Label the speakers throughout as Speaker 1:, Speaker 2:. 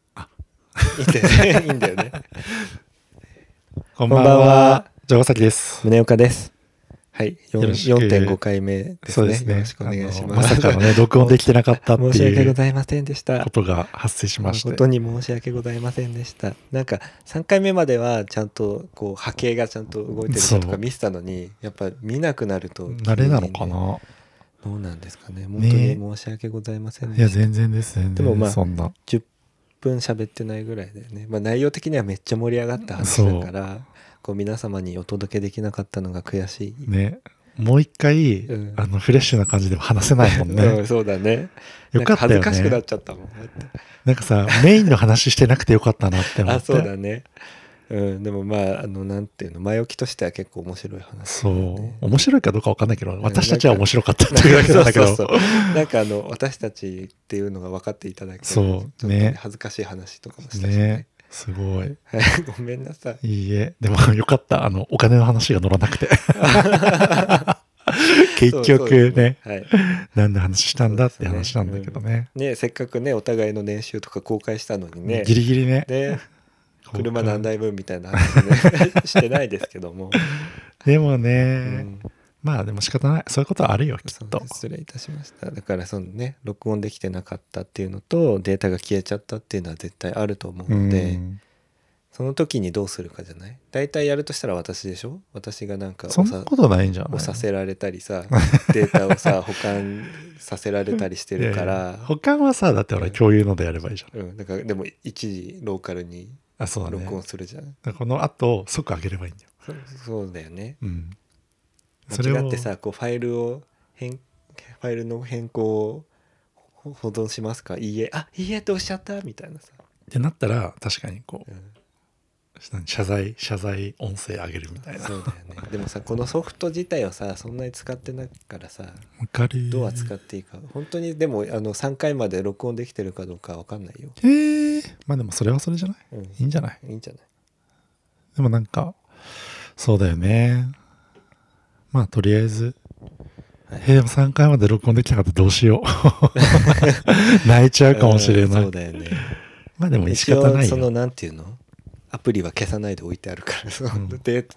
Speaker 1: いいんだ よね。いいんだよね。
Speaker 2: こん
Speaker 1: ば
Speaker 2: ば
Speaker 1: ん
Speaker 2: ん
Speaker 1: は
Speaker 2: は。城崎です。
Speaker 1: 宗岡です。はい。よん
Speaker 2: よろしく
Speaker 1: 4.5回目ですね。
Speaker 2: そうですね。
Speaker 1: よろしくお願いし
Speaker 2: あの
Speaker 1: ます。
Speaker 2: さかのね、録音できてなかったって
Speaker 1: 申し訳
Speaker 2: い
Speaker 1: ご
Speaker 2: う
Speaker 1: ざいませんでした
Speaker 2: こ。とが発生しまして。
Speaker 1: 誠に申し訳ございませんでした。なんか3回目まではちゃんとこう波形がちゃんと動いてるかと
Speaker 2: そ
Speaker 1: か
Speaker 2: う
Speaker 1: 見せたのに、やっぱ見なくなると、
Speaker 2: 慣れなのか
Speaker 1: 急にね
Speaker 2: な
Speaker 1: どうなんですかね。本当
Speaker 2: ね
Speaker 1: に申し訳ございませんで
Speaker 2: いや、
Speaker 1: した。
Speaker 2: 全然です、全然です。
Speaker 1: でもまあ
Speaker 2: そんな。
Speaker 1: 10分喋ってないぐらいだよね、まあ、内容的にはめっちゃ盛り上がった話だからこう皆様にお届けできなかったのが悔しい、
Speaker 2: ね。もう一回、
Speaker 1: うん
Speaker 2: あの、フレッシュな感じでも話せないもん
Speaker 1: う
Speaker 2: ね。
Speaker 1: ん、そうだね
Speaker 2: よかった
Speaker 1: なんか
Speaker 2: よ
Speaker 1: 恥ずかしくなっ
Speaker 2: ね。
Speaker 1: ちゃったもん
Speaker 2: なんかさ、メインの話してなくてよかったなって思っ
Speaker 1: あ
Speaker 2: て。
Speaker 1: そうだねうん、でもまああのなんていうの前置きとしては結構面白い 話だ
Speaker 2: そ
Speaker 1: よ
Speaker 2: う
Speaker 1: ね、
Speaker 2: 面白いかどうかわかんないけど、
Speaker 1: ん
Speaker 2: 私たちは
Speaker 1: なんか
Speaker 2: 面白かったっていうだけなんだけ
Speaker 1: そうそう
Speaker 2: ど。
Speaker 1: そうなんかあの私たちっていうのが分かっていただけて
Speaker 2: そう
Speaker 1: ちょっと
Speaker 2: ね
Speaker 1: 恥ずかしい話とかもしたしね
Speaker 2: ね。すごい。
Speaker 1: はい ごめんなさい
Speaker 2: いいえ。でも よかった。あの、お金の話が乗らなく て。結
Speaker 1: そうそう
Speaker 2: 局ね、
Speaker 1: はい
Speaker 2: 何の話したんだって話なんだけどね。
Speaker 1: ねせっかくねお互いの年収とか公開したのにね
Speaker 2: ギリギリね。
Speaker 1: ね
Speaker 2: こう
Speaker 1: 車何台分みたいな話ね してないですけども、
Speaker 2: でも
Speaker 1: う
Speaker 2: ね、
Speaker 1: ん、
Speaker 2: まあでも仕方ない。そういうことはあるよ、き
Speaker 1: そ
Speaker 2: っ
Speaker 1: う
Speaker 2: と。
Speaker 1: 失礼いたしましただからそのね録音できてなかったっていうのとデータが消えちゃったっていうのは絶対あると思う
Speaker 2: う
Speaker 1: の
Speaker 2: ん
Speaker 1: で、その時にどうするかじゃない大体やるとしたら私でしょ私がなんか
Speaker 2: そ
Speaker 1: お
Speaker 2: んな
Speaker 1: さ
Speaker 2: ことないんじゃない
Speaker 1: おさせられたり さデータをさ保管させられたりしてるか
Speaker 2: いやいや
Speaker 1: ら
Speaker 2: 他はさ、だって俺共有のでやればいいじゃん。
Speaker 1: うん、だからでも一時ローカルに
Speaker 2: あ、そうだね。
Speaker 1: 録音するじゃん、
Speaker 2: この後、即上げればいいんだよ。
Speaker 1: そそうだよね
Speaker 2: うん。それ
Speaker 1: 間違
Speaker 2: を
Speaker 1: ってさこうファイルを変ファイルの変更をほ保存しますかいいえあいいえっておっしちゃったみたいなさ、
Speaker 2: ってなったら、確かにこう
Speaker 1: う、ん
Speaker 2: 謝罪、謝罪音声上げるみたいな。
Speaker 1: そうだよねでもさこのソフト自体をさそんなに使ってないからさ
Speaker 2: わかる。
Speaker 1: どう扱っていいか本当にでもあの3回まで録音できてるかどうかわかんないよ、
Speaker 2: へえ。まあでもそれはそれじゃない
Speaker 1: うん、
Speaker 2: いいんじゃない
Speaker 1: いいんじゃない
Speaker 2: でもなんか、そうだよね。まあとりあえず、えーでも3回まで録音できなかったらどうし よう。泣いちゃうかもしれな
Speaker 1: うん
Speaker 2: い。
Speaker 1: そうだよね
Speaker 2: まあでも仕
Speaker 1: 一
Speaker 2: 方
Speaker 1: 応
Speaker 2: ない
Speaker 1: その
Speaker 2: よ。
Speaker 1: なんていうのアプリは消さないで置いてあるからそので
Speaker 2: あ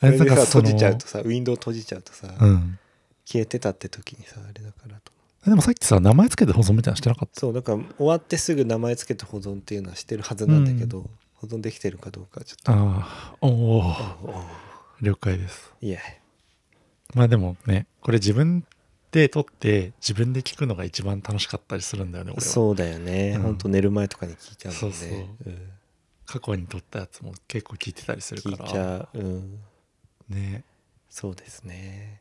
Speaker 1: あれ
Speaker 2: れ
Speaker 1: で
Speaker 2: なん
Speaker 1: さ
Speaker 2: か
Speaker 1: 閉
Speaker 2: その、
Speaker 1: じちゃうとさウィンドウ閉じちゃうとさ、
Speaker 2: うん。
Speaker 1: 消えてたって時にさあれだからと
Speaker 2: でもさっきさ、名前つけて保存みたいなのしてなかっ。
Speaker 1: そうだから終わってすぐ名前つけて保存っていうのはしてるはずなんだけど、保存できてるかどうかちょった
Speaker 2: ああ、おお、
Speaker 1: とおう
Speaker 2: 了解です。
Speaker 1: いえ
Speaker 2: まあでもね、これ自分で撮って自分で聞くのが一番楽しかったりするんだよね、俺は。
Speaker 1: そうだよね、
Speaker 2: うん
Speaker 1: ほんと寝る前とかに聞いちゃうもんね
Speaker 2: そうそう過去に撮ったやつも結構聞いてたりする
Speaker 1: うん
Speaker 2: か
Speaker 1: 聞
Speaker 2: ら。
Speaker 1: いちゃう、うん、
Speaker 2: ね。
Speaker 1: そうですね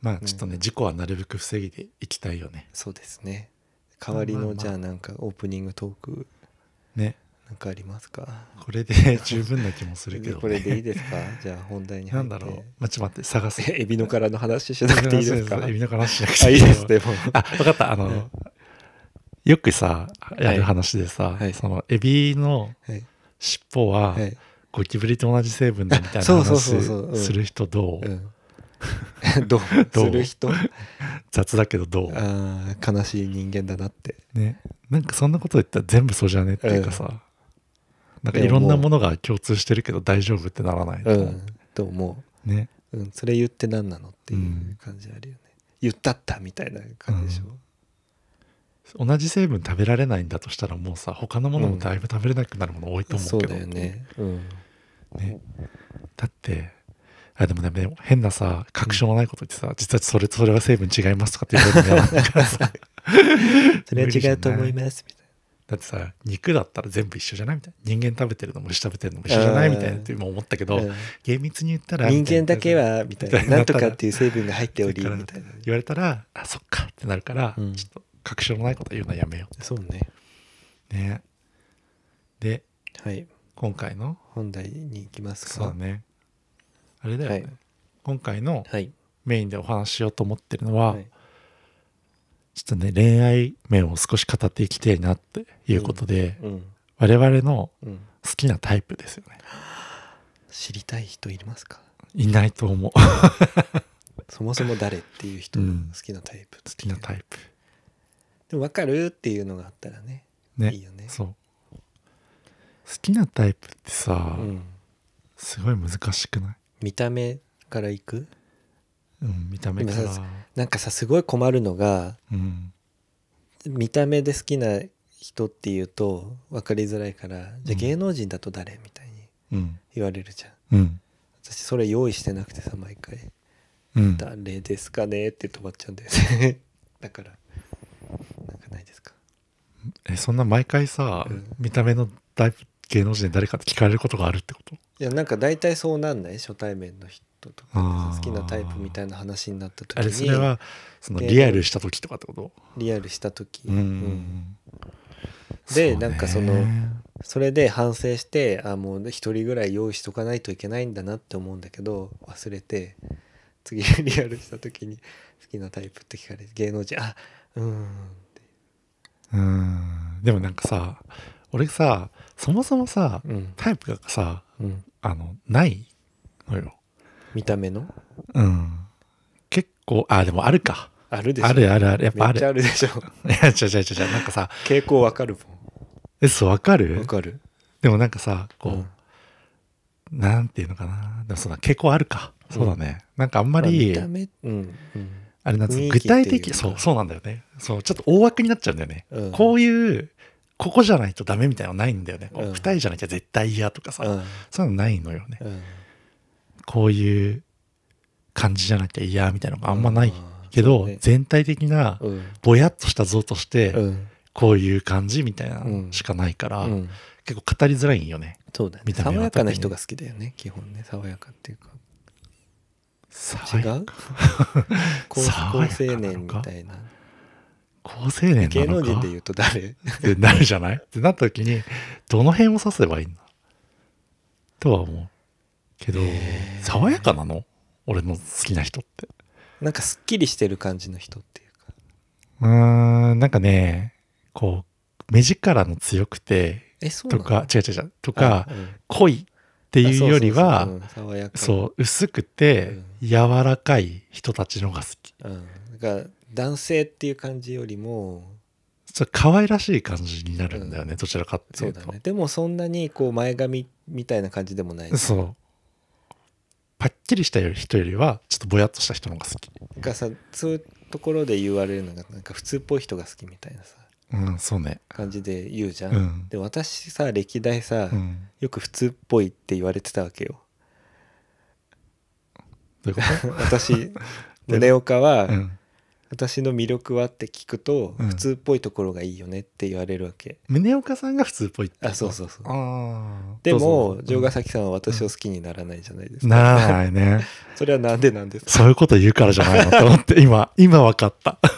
Speaker 2: まあちょっとね、事故はなるべく防いでいきたいよね。
Speaker 1: そうですね代わりの、
Speaker 2: まあまあ
Speaker 1: じゃあなんかオープニングトーク
Speaker 2: ね。
Speaker 1: なんかありますか
Speaker 2: これで 十分な気もするけど、ね。
Speaker 1: これでいいですかじゃあ本題に
Speaker 2: な
Speaker 1: 入っ
Speaker 2: ん
Speaker 1: て
Speaker 2: だろう。まあ、ちょっと待って、探す。
Speaker 1: エビの殻の話しなくてい いですか
Speaker 2: エビの話しなく
Speaker 1: あ
Speaker 2: て
Speaker 1: い
Speaker 2: い
Speaker 1: い
Speaker 2: い
Speaker 1: ですでも
Speaker 2: あ、わかった。あの、よくさ、やる話でさ、
Speaker 1: はい
Speaker 2: その、エビの
Speaker 1: はい
Speaker 2: 尻尾は、
Speaker 1: はい
Speaker 2: ゴキブリと同じ成分だみたいな
Speaker 1: そうそう
Speaker 2: 話
Speaker 1: そうそううん
Speaker 2: する人どう
Speaker 1: うんどう
Speaker 2: どう
Speaker 1: する人あ
Speaker 2: 雑だけどどう
Speaker 1: あー悲しい人間だなって
Speaker 2: ね。なんかそんなこと言ったら全部そうじゃねっていうかさ、なんかいろんなものが共通してるけど大丈夫ってならないと
Speaker 1: う
Speaker 2: 思う、
Speaker 1: んと思
Speaker 2: ね。
Speaker 1: う、うん、それ言って何なのっていううん感じあるよね、言ったったみたいな感じでしょ、
Speaker 2: 同じ成分食べられないんだとしたらもうさ他のものもだいぶ食べれなくなるもの多いと思
Speaker 1: そうう
Speaker 2: けど、
Speaker 1: だよね、うん、
Speaker 2: ねだってあでもねでも変なさ確証のないこと言ってさ、実はそれそれは成分違いますとかって言われるの嫌だからさ
Speaker 1: それは違うと思いますみたい
Speaker 2: だってさ肉だったら全部一緒じゃないみたいな人間食べてるのも牛食べてるのも一緒じゃないみたいなって今思ったけど、
Speaker 1: な、うん
Speaker 2: 厳密に言ったら
Speaker 1: 人間だけはみたいななんとかって
Speaker 2: い
Speaker 1: いう成分が入ってお り
Speaker 2: だから
Speaker 1: みたいな
Speaker 2: う言われたらあそっかってなるから、
Speaker 1: うん
Speaker 2: ちょっと確証のないこと言うのはやめよ
Speaker 1: そうね
Speaker 2: うねで
Speaker 1: はい
Speaker 2: 今回の
Speaker 1: 本題に行きますか
Speaker 2: そうだね。あれだよね。
Speaker 1: はい
Speaker 2: 今回の
Speaker 1: はい
Speaker 2: メインでお話ししようと思ってるのは、
Speaker 1: はい
Speaker 2: ちょっとね、恋愛面を少し語っていきたいなっていうことで、
Speaker 1: うん
Speaker 2: 我々の
Speaker 1: うん
Speaker 2: 好きなタイプですよね。
Speaker 1: 知りたい人いますか
Speaker 2: いないと思う。 好
Speaker 1: そもそも誰っていう人
Speaker 2: う
Speaker 1: 好
Speaker 2: ん
Speaker 1: きなタイプ好
Speaker 2: きなタイプ。
Speaker 1: でも分かるっていうのがあったらね
Speaker 2: ね。
Speaker 1: いいよね
Speaker 2: そう。きなタイプってさ、
Speaker 1: うん、
Speaker 2: すごい難しくない、
Speaker 1: 見た目からいく
Speaker 2: うん、見た目から
Speaker 1: でもさなんかさすごい困るのが
Speaker 2: うん
Speaker 1: 見た目で好きな人っていうと分かりづらいからじゃあ芸能人だと誰みたいに
Speaker 2: うん
Speaker 1: 言われるじゃん
Speaker 2: うん
Speaker 1: 私それ用意してなくてさ毎回
Speaker 2: うん
Speaker 1: 「誰ですかね?」って止まっちゃうんだよね だからなんかないですか
Speaker 2: えそんな毎回さ、
Speaker 1: うん
Speaker 2: 見た目のタイプ芸能人で誰かって聞かれることがあるってこと
Speaker 1: いやなんか大体そうなんない初対面の人とか
Speaker 2: あ
Speaker 1: でさ
Speaker 2: ー
Speaker 1: 好きなタイプみたいな話になった時
Speaker 2: あれそれ
Speaker 1: に
Speaker 2: はそのリアルした時とかってこと
Speaker 1: リアルした時、
Speaker 2: うん、
Speaker 1: うんで
Speaker 2: そうね
Speaker 1: なんかそのそれで反省してあもう一人ぐらい用意しとかないといけないんだなって思うんだけど忘れて次リアルした時に好きなタイプって聞かれて芸能人あうーんって
Speaker 2: うんでもなんかさ俺さそもそもさ
Speaker 1: うん、
Speaker 2: タイプがさ
Speaker 1: うん、
Speaker 2: あのないのよ
Speaker 1: 見た目の
Speaker 2: うん結構あでもあるか
Speaker 1: あるでしょ
Speaker 2: あるあるあるやっぱ
Speaker 1: め
Speaker 2: あ
Speaker 1: っちゃある
Speaker 2: る
Speaker 1: で しょ
Speaker 2: いや違う違う違うなんかさ
Speaker 1: 傾向わかる
Speaker 2: えそうわか
Speaker 1: もんわ
Speaker 2: る
Speaker 1: かる
Speaker 2: でもなんかさこう、
Speaker 1: うん
Speaker 2: なんていうのかな。でもそうだ、傾向あるか。そうだね。なんかあんまり、
Speaker 1: まあ見た目うん
Speaker 2: あれなんつう
Speaker 1: 雰
Speaker 2: の、
Speaker 1: 囲気
Speaker 2: 具
Speaker 1: っていうか
Speaker 2: 体的、そう、そうなんだよね。そう、ちょっと大枠になっちゃうんだよね。
Speaker 1: うん
Speaker 2: こういう、ここじゃないとダメみたいなのないんだよね。こう
Speaker 1: うん
Speaker 2: 二重じゃなきゃ絶対嫌とかさ、
Speaker 1: うん
Speaker 2: そういうのないのよね。
Speaker 1: うん
Speaker 2: こういう感じじゃなきゃ嫌みたいなのがあんまないけ
Speaker 1: う
Speaker 2: ど、
Speaker 1: んそうね
Speaker 2: 全体的な、
Speaker 1: うん
Speaker 2: ぼやっとした像として、
Speaker 1: うん
Speaker 2: こういう感じみたいな
Speaker 1: う
Speaker 2: の
Speaker 1: ん
Speaker 2: しかないから、
Speaker 1: うん
Speaker 2: 結構語りづらいんよね。
Speaker 1: そうだね
Speaker 2: 見た目は
Speaker 1: 爽やかな人が好きだよね基本ね爽やかっていうか
Speaker 2: 爽
Speaker 1: 違
Speaker 2: や
Speaker 1: う高
Speaker 2: 爽
Speaker 1: 高
Speaker 2: やか
Speaker 1: 青
Speaker 2: な
Speaker 1: 年
Speaker 2: の
Speaker 1: み
Speaker 2: か
Speaker 1: たいな
Speaker 2: 高青年なのか
Speaker 1: 芸能人で言うと誰
Speaker 2: ってなるじゃないってなった時に、どの辺を指せばいいんだとは思う。けど、爽やかなの俺の好きな人って。
Speaker 1: なんかすっきりしてる感じの人っていうか
Speaker 2: うーん、なんかね、こう、目力の強くて、
Speaker 1: えそうな
Speaker 2: と
Speaker 1: の
Speaker 2: か、違う違う違う、とか
Speaker 1: あ、うん
Speaker 2: 濃いっていうより
Speaker 1: あそ
Speaker 2: は、
Speaker 1: うそうそううん爽やか
Speaker 2: そう、薄くて、柔らかい人たちのが好き。
Speaker 1: うんだから男性っていう感じよりも
Speaker 2: ちょっと可愛らしい感じになるんだよね、どちらかってい
Speaker 1: そう
Speaker 2: う
Speaker 1: だ
Speaker 2: と。
Speaker 1: ねでもそんなにこう前髪みたいな感じでもない
Speaker 2: そう。パッキリした人よりは、ちょっとぼやっとした人の方が好き。
Speaker 1: がさそういうところで言われるのがなんか普通っぽい人が好きみたいなさ
Speaker 2: うん、そうね。
Speaker 1: 感じで言うじゃん、
Speaker 2: うん。
Speaker 1: で私さ歴代さ、
Speaker 2: うん。
Speaker 1: よく普通っぽいって言われてたわけよ
Speaker 2: どういうこ
Speaker 1: 私宗岡は、
Speaker 2: とうん。
Speaker 1: 私の魅力はって聞くと、
Speaker 2: うん
Speaker 1: 普通っぽいところがいいよねって言われるわけ
Speaker 2: 宗岡さんが普通っぽいって。
Speaker 1: あそうそうそう
Speaker 2: ああ。
Speaker 1: でも
Speaker 2: どうぞ
Speaker 1: 城ヶ崎さんは私を好きにならないじゃないですか、
Speaker 2: ならないね。
Speaker 1: それはなんでなんです か
Speaker 2: そういうこと言うからじゃないのと思って、今、今分かった。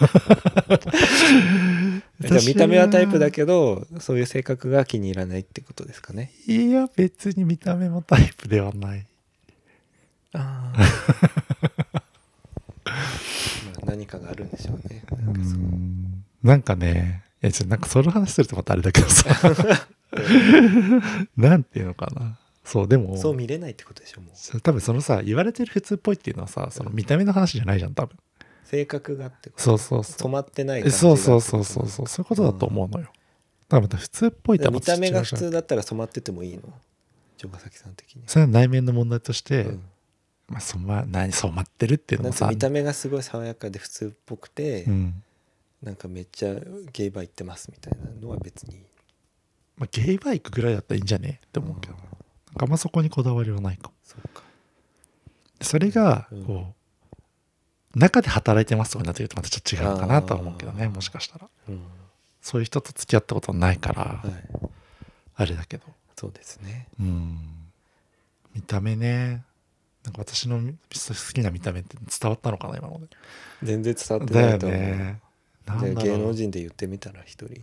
Speaker 1: じゃあ見た目はタイプだけどそういう性格が気に入らないってことですかね
Speaker 2: いや、別に見た目もタイプではない。
Speaker 1: あ あ何かがあるんでしょうねなんかそう
Speaker 2: なんかね、いや、ちょなんかその話するとまたあれだけ どさ。なんていうのかな。そう、でも、
Speaker 1: そう見れないってことでしょもう
Speaker 2: そう多分そのさ、言われてる普通っぽいっていうのはさ、その見た目の話じゃないじゃん、多分。
Speaker 1: 性格がってこと
Speaker 2: そうそうそ
Speaker 1: 染
Speaker 2: う。
Speaker 1: まってない
Speaker 2: え
Speaker 1: 感じが
Speaker 2: そうそうそうそうそう、そういうことだと思うのよ。多分また普通っぽい
Speaker 1: で
Speaker 2: と
Speaker 1: 見た目が普通
Speaker 2: だ。
Speaker 1: だったら染まっててもいいの城ヶ崎さん的に、
Speaker 2: それは内面の問題として、
Speaker 1: う、
Speaker 2: まあ、そんな、何、染まってるっていうんの
Speaker 1: な
Speaker 2: も
Speaker 1: んか
Speaker 2: さ、
Speaker 1: 見た目がすごい爽やかで普通っぽくて、
Speaker 2: うん。
Speaker 1: なんかめっちゃゲイバー行ってますみたいなのは別に
Speaker 2: まあ、ゲイバイクぐらいだったらいいんじゃねって思うけど、
Speaker 1: うん
Speaker 2: なんかあんまそこにこだわりはないかも。
Speaker 1: そうか
Speaker 2: それが、
Speaker 1: うん
Speaker 2: こう、中で働いてますとかになってくるとまたちょっと違うかなとは思うけどね、
Speaker 1: あー
Speaker 2: もしかしたら。
Speaker 1: うん
Speaker 2: そういう人と付き合ったことないから、
Speaker 1: はい
Speaker 2: あれだけど。
Speaker 1: そうですね
Speaker 2: うん見た目ねなんか私の好きな見た目って伝わったのかな今ので
Speaker 1: 全然伝わって
Speaker 2: だ
Speaker 1: な
Speaker 2: よ
Speaker 1: いと思う、
Speaker 2: ねなん
Speaker 1: じゃあ
Speaker 2: だろ
Speaker 1: 芸
Speaker 2: う
Speaker 1: 能人で言ってみたら一人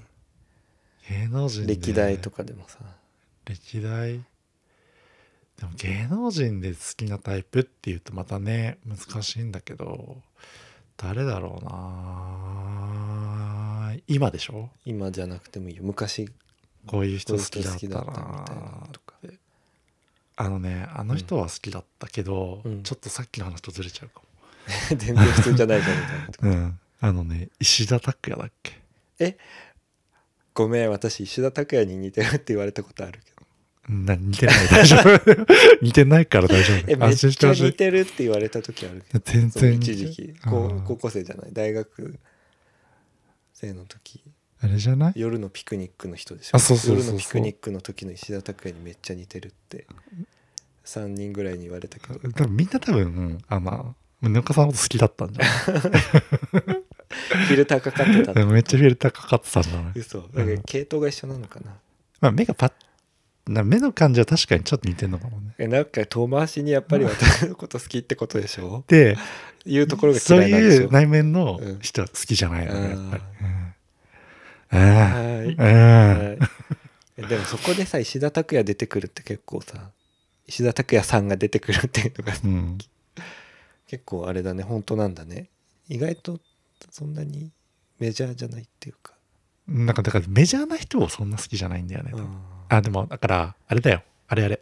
Speaker 2: 芸能人ね
Speaker 1: 歴代とかでもさ
Speaker 2: 歴代でも芸能人で好きなタイプっていうとまたね難しいんだけど誰だろうな今でしょ
Speaker 1: 今じゃなくてもいいよ昔
Speaker 2: こういう人
Speaker 1: こう
Speaker 2: 好
Speaker 1: いう人好
Speaker 2: きだっ
Speaker 1: き
Speaker 2: た
Speaker 1: だ
Speaker 2: な
Speaker 1: ったみたいなのとか
Speaker 2: あのねあの人は好きだったけど、
Speaker 1: うん
Speaker 2: ちょっとさっきの話とずれちゃうかも
Speaker 1: 全然普通じゃないじゃんみたいなとか
Speaker 2: うん、あのね石田拓也だっけ
Speaker 1: ごめん私石田拓也に似てるって言われたことあるけど
Speaker 2: な似てない、大丈 夫。似てないから大丈
Speaker 1: えめ
Speaker 2: 夫。
Speaker 1: っ
Speaker 2: 安心して
Speaker 1: ちゃ
Speaker 2: ほし
Speaker 1: 似
Speaker 2: い。
Speaker 1: てるって言われた時あるけど
Speaker 2: 全
Speaker 1: その
Speaker 2: 然似て
Speaker 1: 一時期高
Speaker 2: あー
Speaker 1: 高校生じゃない大学生の時
Speaker 2: あれじゃない
Speaker 1: 夜のピクニックの人でしょ
Speaker 2: あそうそうそうそう
Speaker 1: 夜のピクニックの時の石田拓也にめっちゃ似てるって3人ぐらいに言われたけど
Speaker 2: 多分みんな多分、あの、宗岡さんのこと好きだったん じゃ
Speaker 1: フィルターかかってたって
Speaker 2: ないめっちゃフィルターかかってたんじゃない
Speaker 1: 嘘だから系統が一緒なのかな
Speaker 2: まあ目がパッ、な目の感じは確かにちょっと似てるのかもね。
Speaker 1: えなんか遠回しにやっぱり私のこと好きってことでしょ
Speaker 2: で、
Speaker 1: いうところが
Speaker 2: そう
Speaker 1: 嫌いなんでし
Speaker 2: い
Speaker 1: ょ
Speaker 2: う内面の
Speaker 1: うん
Speaker 2: 人は好きじゃないのね、やっぱり。
Speaker 1: はーい
Speaker 2: ああ、あ
Speaker 1: はいえでもそこでさ石田拓也出てくるって結構さ石田拓也さんが出てくるっていうのが
Speaker 2: あ、うん。
Speaker 1: 結構あれだね本当なんだね意外とそんなにメジャーじゃないっていうか
Speaker 2: なんか、だからメジャーな人をそんな好きじゃないんだよね。
Speaker 1: あー
Speaker 2: あ、でも、だから、あれだよ。あれあれ。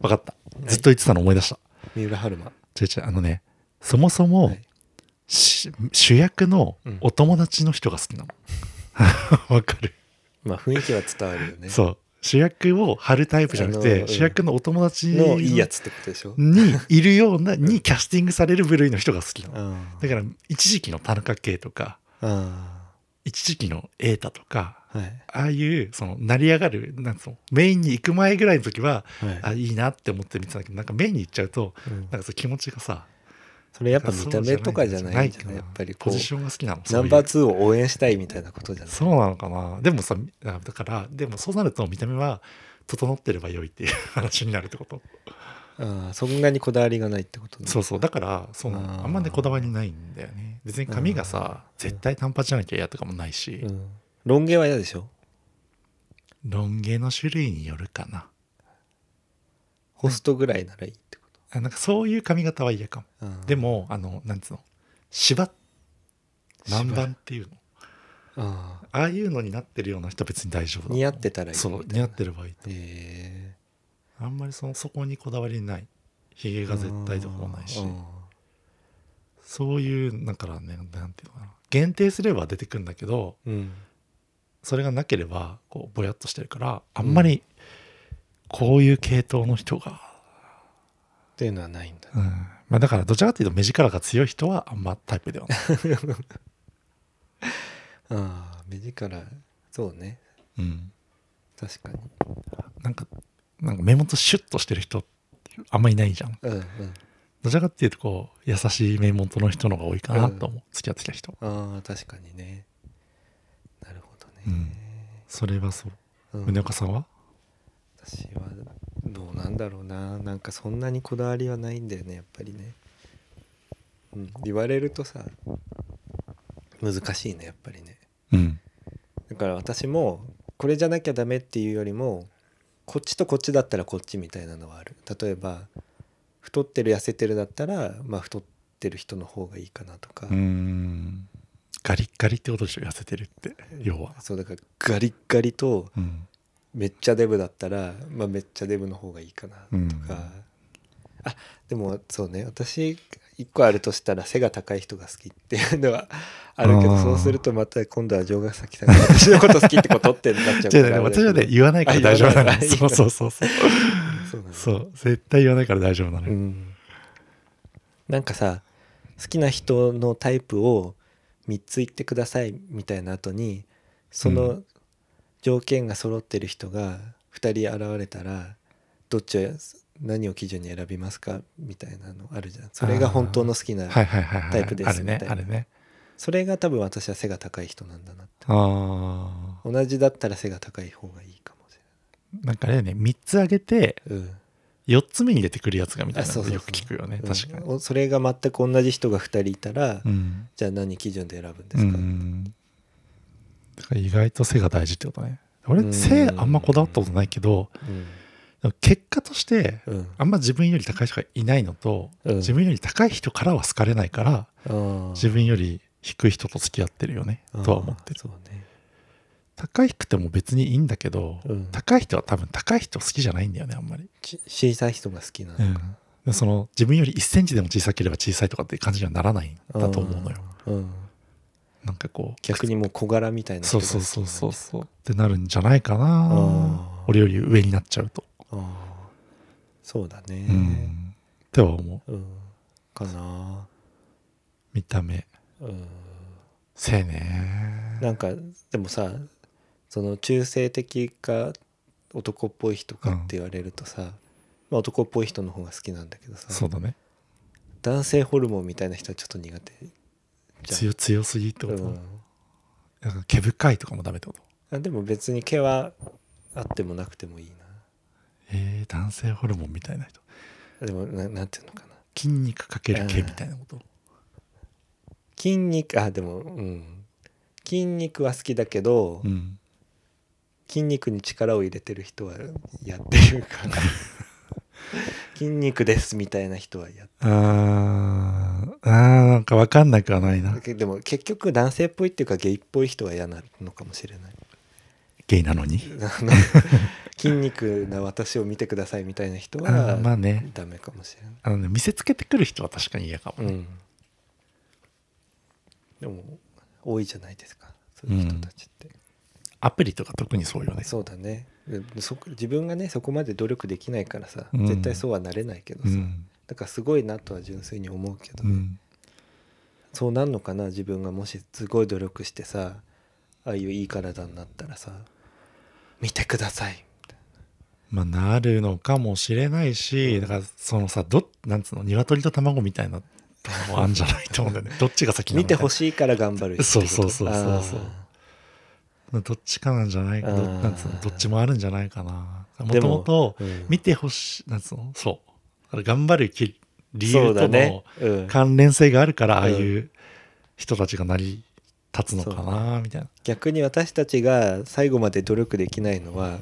Speaker 2: わかった。
Speaker 1: い
Speaker 2: ずっと言ってたの思い出した。
Speaker 1: 三浦春馬
Speaker 2: 違う違う、あのね、そもそも、
Speaker 1: はい
Speaker 2: し主役のお友達の人が好 きなの。わかる。
Speaker 1: まあ雰囲気は伝わるよね
Speaker 2: そう。主役を張るタイプじゃなく
Speaker 1: あの
Speaker 2: て、
Speaker 1: うん
Speaker 2: 主役のお友達
Speaker 1: のいいやつってことでしょ
Speaker 2: にいるような、にキャスティングされる部類の人が好きなの。
Speaker 1: あ
Speaker 2: だから、一時期の田中圭とか、
Speaker 1: あ
Speaker 2: 一時期の瑛太とか、
Speaker 1: ーはい
Speaker 2: ああいう、その、成り上がる、なんつうの、メインに行く前ぐらいの時は、
Speaker 1: はい
Speaker 2: あ、いいなって思って見てたんだけど、なんかメインに行っちゃうと、
Speaker 1: うん
Speaker 2: なんかそう気持ちがさ、
Speaker 1: それやっぱ見た目とかじゃないんじゃないやっぱり
Speaker 2: ポ
Speaker 1: こ
Speaker 2: ジシ
Speaker 1: う
Speaker 2: ョンが好きなの。そ
Speaker 1: ナ
Speaker 2: ういう
Speaker 1: ンバー2を応援したいみたいなことじゃない
Speaker 2: そうなのかな。でもさ、あだから、でもそうなると見た目は整ってれば良いっていう話になるってこと。
Speaker 1: ああそんなにこだわりがないってことね
Speaker 2: そうそう。だから、そうな
Speaker 1: あ
Speaker 2: の
Speaker 1: ー
Speaker 2: あんまね、こだわりないんだよね。別に髪がさ、
Speaker 1: うん
Speaker 2: 絶対短パンじゃなきゃ嫌とかもないし、
Speaker 1: うんロン毛は嫌でしょ
Speaker 2: ロン毛の種類によるかな。
Speaker 1: ホストぐらいならいいってこ
Speaker 2: あなんかそういう髪型は嫌かも。
Speaker 1: とああ
Speaker 2: でも、あの、なんつうの、芝、
Speaker 1: 芝
Speaker 2: 南蛮っていうの。
Speaker 1: あ
Speaker 2: ああいうのになってるような人は別に大丈夫
Speaker 1: あ
Speaker 2: だ。
Speaker 1: 似合ってたらいい
Speaker 2: そう、似合ってればいい。
Speaker 1: へ
Speaker 2: あんまりそのそこにこだわりない。ヒゲ
Speaker 1: え
Speaker 2: が絶対とかもないし
Speaker 1: あ。
Speaker 2: そういう、だからね、なんていうのかな。限定すれば出てくるんだけど、
Speaker 1: あうん
Speaker 2: それがなければ、こう、ぼやっとしてるから、あんまり、こういう系統の人が、
Speaker 1: っていうのはないんだ
Speaker 2: うん。まあだから、どちらかというと目力が強い人はあんまタイプではない。
Speaker 1: ああ目力そうね
Speaker 2: うん。
Speaker 1: 確かに
Speaker 2: なんか、なんか目元シュッとしてる人ってあんまいないじゃん。
Speaker 1: うんうん
Speaker 2: どちらかっていうと、こう、優しい目元の人の方が多いかなと思う。付き合ってきた人。
Speaker 1: ああ確かにねなるほど
Speaker 2: う
Speaker 1: ね
Speaker 2: ん、それはそう。
Speaker 1: うん
Speaker 2: 宗岡さんは
Speaker 1: 私はどうなんだろうななんかそんなにこだわりはないんだよねやっぱりね、うん、言われるとさ難しいねやっぱりね
Speaker 2: うん。
Speaker 1: だから私もこれじゃなきゃダメっていうよりもこっちとこっちだったらこっちみたいなのはある例えば太ってる痩せてるだったら、まあ、太ってる人の方がいいかなとか、
Speaker 2: うーんガリッガリってことでしょ痩せてるって要は、
Speaker 1: そうだからガリッガリと
Speaker 2: うん、
Speaker 1: めっちゃデブだったら、まあ、めっちゃデブの方がいいかなとか、あでもそうね私一個あるとしたら背が高い人が好きっていうのはあるけど
Speaker 2: あー
Speaker 1: そうするとまた今度は城ヶ崎さんが私のこと好きってことってなっちゃう
Speaker 2: じゃあ
Speaker 1: からあれだけ
Speaker 2: 私
Speaker 1: ど
Speaker 2: はね言わないから大丈夫な
Speaker 1: あ言わ
Speaker 2: の
Speaker 1: ない
Speaker 2: そうそう そうそう
Speaker 1: そうなんだ
Speaker 2: そう絶対言わないから大丈夫なの
Speaker 1: う
Speaker 2: よ、
Speaker 1: んなんかさ好きな人のタイプを3つ言ってくださいみたいな後にそうの条件が揃ってる人が2人現れたらどっちを何を基準に選びますかみたいなのあるじゃんそれが本当の好きな
Speaker 2: はいはいはいはい
Speaker 1: タイプです
Speaker 2: あれ
Speaker 1: み
Speaker 2: ね
Speaker 1: たいな
Speaker 2: あれね
Speaker 1: それが多分私は背が高い人なんだなって
Speaker 2: あ
Speaker 1: 同じだったら背が高い方がいいかもし
Speaker 2: ーなんかあれね3つ上げ
Speaker 1: れ
Speaker 2: て
Speaker 1: ない、うん、
Speaker 2: 4つ目に出てくるやつがみたいな
Speaker 1: あそうそうそう
Speaker 2: よく聞くよね確かに、
Speaker 1: うんおそれが全く同じ人が2人いたら、
Speaker 2: うん
Speaker 1: じゃあ何基準で選ぶんで
Speaker 2: う
Speaker 1: すか、
Speaker 2: んだから意外と背が大事ってことね俺
Speaker 1: うん
Speaker 2: 背あんまこだわったことないけどでも結果として
Speaker 1: うんうん
Speaker 2: あんま自分より高い人がいないのと、
Speaker 1: うん
Speaker 2: 自分より高い人からは好かれないから、
Speaker 1: あ
Speaker 2: 自分より低い人と付き合ってるよね、
Speaker 1: あ
Speaker 2: とは思ってる。
Speaker 1: そうね
Speaker 2: 高い低くても別にいいんだけど、
Speaker 1: うん
Speaker 2: 高い人は多分高い人好きじゃないんだよね、あんまり。
Speaker 1: ち小さい人が好きなの
Speaker 2: う
Speaker 1: か
Speaker 2: んでその自分より1センチでも小さければ小さいとかって感じにはならないんだと思うのよ。
Speaker 1: うんうん
Speaker 2: なんかこう。
Speaker 1: 逆にもう小柄みたいな
Speaker 2: そ
Speaker 1: 人
Speaker 2: う
Speaker 1: が好き
Speaker 2: そ
Speaker 1: な
Speaker 2: うん
Speaker 1: だ
Speaker 2: そうそうそう。ってなるんじゃないかな
Speaker 1: あー。
Speaker 2: 俺より上になっちゃうと。
Speaker 1: ああそうだね
Speaker 2: うん。っては思う。
Speaker 1: うん、かな
Speaker 2: 見た目。
Speaker 1: うん
Speaker 2: せえね。
Speaker 1: なんかでもさその中性的か男っぽい人かって言われるとさ、まあ、男っぽい人の方が好きなんだけどさ
Speaker 2: そうだね。
Speaker 1: 男性ホルモンみたいな人はちょっと苦手じ
Speaker 2: 強強すぎって
Speaker 1: ゃ
Speaker 2: こ
Speaker 1: ん、
Speaker 2: と、
Speaker 1: うん
Speaker 2: なんか毛深いとかもダメってこと
Speaker 1: あでも別に毛はあってもなくてもいい
Speaker 2: えー、男性ホルモンみたいな人。
Speaker 1: なでもななんていうのかな
Speaker 2: 筋肉かける毛みたいなこと、
Speaker 1: 筋肉あでもうん筋肉は好きだけど、
Speaker 2: うん。
Speaker 1: 筋肉に力を入れてる人は嫌っていうか 筋肉ですみたいな人は嫌
Speaker 2: あーあー、なんかわかんなくはないな
Speaker 1: だ。けどでも結局男性っぽいっていうかゲイっぽい人は嫌なのかもしれない
Speaker 2: ゲイなのに。
Speaker 1: あ の筋肉な私を見てくださいみたいな人
Speaker 2: あー
Speaker 1: は
Speaker 2: まあね。
Speaker 1: ダメかもしれない、
Speaker 2: あのね、見せつけてくる人は確かに嫌かも。
Speaker 1: うん、でも多いじゃないですかそういう人たちって、
Speaker 2: アプリとか特にそうよね。
Speaker 1: そうだねでそ自分がねそこまで努力できないからさ、
Speaker 2: うん
Speaker 1: 絶対そうはなれないけど
Speaker 2: う
Speaker 1: さ、
Speaker 2: ん。
Speaker 1: だからすごいなとは純粋に思うけど
Speaker 2: う
Speaker 1: ね、
Speaker 2: ん。
Speaker 1: そうなんのかな自分がもしすごい努力してさああいういい体になったらさ見てください
Speaker 2: まあ、なるのかもしれないし、だから、そのさ、ど、なんつうの、鶏と卵みたいなとこもあるんじゃないと思うんだよね。 どっちが先なの
Speaker 1: 見てほ
Speaker 2: し
Speaker 1: しいから頑張るってこと
Speaker 2: そうそうそうそうそう
Speaker 1: あ
Speaker 2: い。どっちかなんじゃないど
Speaker 1: あー
Speaker 2: なんつうの、どっちもあるんじゃないかな。も
Speaker 1: で
Speaker 2: と
Speaker 1: も
Speaker 2: もと
Speaker 1: うん、
Speaker 2: 見てほしい、なんつうのそう。だから頑張るき理
Speaker 1: ー
Speaker 2: 由
Speaker 1: そう
Speaker 2: と
Speaker 1: だね
Speaker 2: の
Speaker 1: うん
Speaker 2: 関連性があるから、ああ
Speaker 1: う
Speaker 2: いう人たちが成り立つのかな、みたいな。
Speaker 1: 逆に私たちが最後まで努力できないのは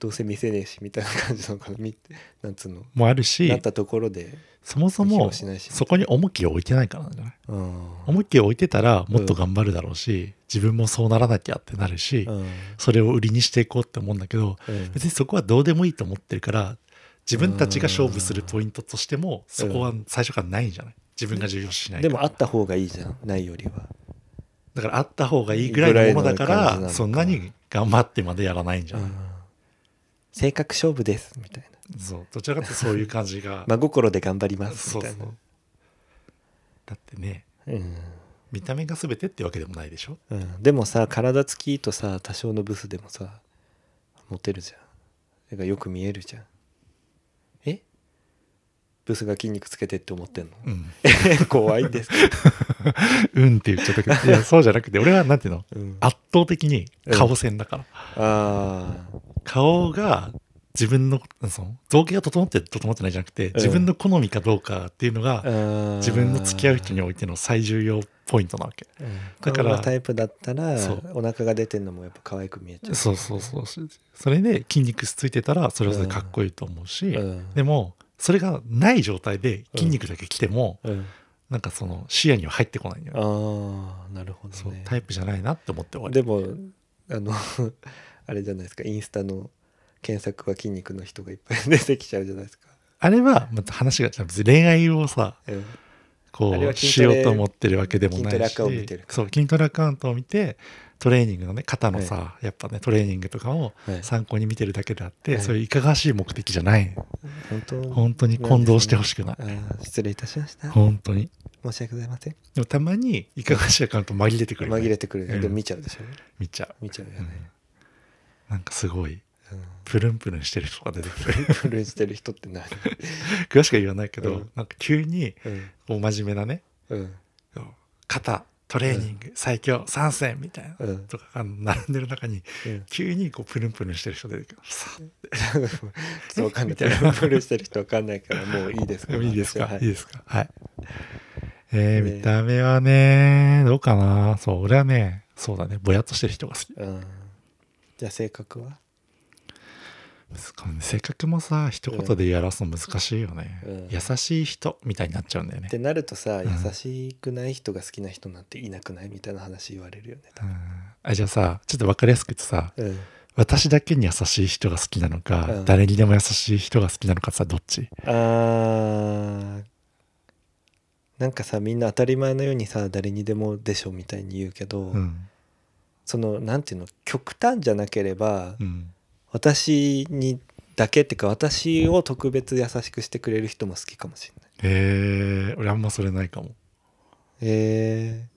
Speaker 1: どうせ見せねえしみたいな感じなのかなみなんつうの
Speaker 2: もあるし
Speaker 1: なっ、たところで
Speaker 2: そもそ
Speaker 1: 気
Speaker 2: も
Speaker 1: もしないし
Speaker 2: そこに重きを置いてないからなんじゃない
Speaker 1: うん
Speaker 2: 重きを置いてたらもっと頑張るだろうし、自分もそうならなきゃってなるし、
Speaker 1: うん
Speaker 2: それを売りにしていこうって思うんだけど
Speaker 1: うん
Speaker 2: 別にそこはどうでもいいと思ってるから自分たちが勝負するポイントとしてもそこは最初からないんじゃない自分が重要視しないか
Speaker 1: で
Speaker 2: ら
Speaker 1: もあった方がいいじゃんないよりは
Speaker 2: だからあった方がいいぐらいのものだか
Speaker 1: ぐらいの感じな
Speaker 2: ら
Speaker 1: のか
Speaker 2: そんなに頑張ってまでやらないんじゃない、
Speaker 1: うん性格勝負ですみたいな
Speaker 2: そうどちらかというとそういう感じが、
Speaker 1: 真心で頑張ります
Speaker 2: そう
Speaker 1: み
Speaker 2: そ
Speaker 1: た
Speaker 2: う
Speaker 1: いな
Speaker 2: だってね
Speaker 1: うん
Speaker 2: 見た目が全てってわけでもないでしょ
Speaker 1: うん、でもさ体つきとさ多少のブスでもさモテるじゃんだからよく見えるじゃんえブスが筋肉つけてって思ってんの
Speaker 2: うん
Speaker 1: 怖いんですけど、
Speaker 2: うんって言っちゃったけど、いや、そうじゃなくて、俺はなんていうの
Speaker 1: うん、あ
Speaker 2: 圧倒的に顔線だから。
Speaker 1: あ
Speaker 2: 顔が自分の、その、造形が整ってる整ってないじゃなくて、自分の好みかどうかっていうのが、
Speaker 1: ー
Speaker 2: 自分の付き合う人においての最重要ポイントなわけ。
Speaker 1: うん
Speaker 2: だか
Speaker 1: 顔
Speaker 2: ら
Speaker 1: がタイプだったら
Speaker 2: そう
Speaker 1: お腹が出てんのもやっぱ可愛く見えちゃう
Speaker 2: そうそうそう。それで筋肉ついてたら、それはそれでかっこいいと思うし、
Speaker 1: うん
Speaker 2: でも、それがない状態で筋肉だけ来ても、
Speaker 1: うん、
Speaker 2: なんかその視野には入ってこないんだよね。
Speaker 1: ああなるほ
Speaker 2: そ
Speaker 1: ど
Speaker 2: う
Speaker 1: ね
Speaker 2: タイプじゃないなって思って終わり。
Speaker 1: でもあの あれじゃないですかインスタの検索は筋肉の人がいっぱい出てきちゃうじゃないですか、
Speaker 2: あれは、また話が、別に恋愛をさ、
Speaker 1: うん
Speaker 2: こ
Speaker 1: あれは
Speaker 2: うし
Speaker 1: 筋ト
Speaker 2: よ
Speaker 1: レ
Speaker 2: うと思ってるわけでもないし
Speaker 1: 筋トレアカを見てるから
Speaker 2: そう筋トレアカウントを見てトレーニングのね肩のさ、やっぱねトレーニングとかを
Speaker 1: はい
Speaker 2: 参考に見てるだけであって、
Speaker 1: はい
Speaker 2: そういういかがわしい目的じゃない
Speaker 1: 本当
Speaker 2: 本当に混同してほしくない、
Speaker 1: あー失礼いたしました
Speaker 2: 本当に
Speaker 1: 申し訳ございません
Speaker 2: でもたまにいかがわしいアカウント紛れてくるよね、
Speaker 1: 紛れてくるね、
Speaker 2: うん
Speaker 1: でも見ちゃうでしょ
Speaker 2: 見ちゃう
Speaker 1: 見ちゃうよね、
Speaker 2: なんかすごい
Speaker 1: うん
Speaker 2: プルンプルンしてる人が出て くる
Speaker 1: プルンしてる人って何
Speaker 2: 詳しくは言わないけど、
Speaker 1: うん
Speaker 2: なんか急に
Speaker 1: うん
Speaker 2: こう真面目なね
Speaker 1: うん
Speaker 2: 肩トレーニング最強参戦みたいな、
Speaker 1: うん
Speaker 2: とかが並んでる中に
Speaker 1: うん
Speaker 2: 急にこうプルンプルンしてる人出てくるさあ
Speaker 1: ちょっとわかんない
Speaker 2: みたい な
Speaker 1: プルンしてる人わかんないからもういいです
Speaker 2: でもいいですか、、
Speaker 1: はい
Speaker 2: いですかはい。えー
Speaker 1: ね
Speaker 2: 見た目はね、どうかなそう、俺はね、そうだね、ぼやっとしてる人が好き。
Speaker 1: うん、じゃあ性格は、
Speaker 2: 難性格もさ、一言で表すの難しいよね。
Speaker 1: うん
Speaker 2: 優しい人みたいになっちゃうんだよね
Speaker 1: っ。てなるとさ
Speaker 2: ん
Speaker 1: 優しくない人が好きな人なんていなくないみたいな話言われるよね
Speaker 2: うんあじゃあさ、ちょっと分かりやすく言ってさ、
Speaker 1: うん
Speaker 2: 私だけに優しい人が好きなのか、
Speaker 1: うん
Speaker 2: 誰にでも優しい人が好きなのかさ、どっち
Speaker 1: あーなんかさみんな当たり前のようにさ誰にでもでしょみたいに言うけど、
Speaker 2: うん。
Speaker 1: そのなんていうの極端じゃなければ、
Speaker 2: うん。
Speaker 1: 私にだけっていうか私を特別優しくしてくれる人も好きかもしれない
Speaker 2: えー、俺あんまそれないかも。
Speaker 1: え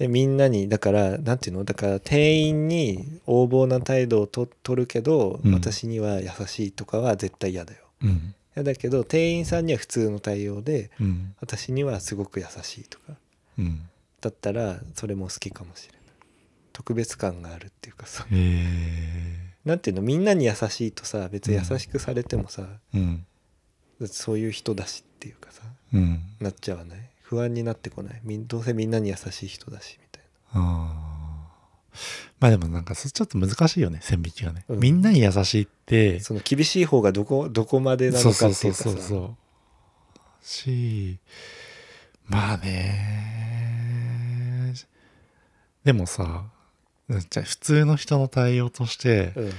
Speaker 1: ー、えみんなにだからなんていうのだから店員に横暴な態度をと取るけど、
Speaker 2: うん
Speaker 1: 私には優しいとかは絶対嫌だよ
Speaker 2: うん。
Speaker 1: 嫌だけど店員さんには普通の対応で
Speaker 2: うん。
Speaker 1: 私にはすごく優しいとか
Speaker 2: うん。
Speaker 1: だったらそれも好きかもしれない特別感があるっていうかさ
Speaker 2: え
Speaker 1: なんていうのみんなに優しいとさ別に優しくされてもさ、
Speaker 2: ー、うん。
Speaker 1: だってそういう人だしっていうかさ
Speaker 2: うん。
Speaker 1: なっちゃわない不安になってこないみんどうせみんなに優しい人だしみたい
Speaker 2: あーまあでもなんかそちょっと難しいよね線引きがね、
Speaker 1: うん
Speaker 2: みんなに優しいって
Speaker 1: なその厳しい方がどこどこまでなのかっていうかさ
Speaker 2: そうそうそうそうしまあねでもさじゃあ普通の人の対応として、
Speaker 1: うん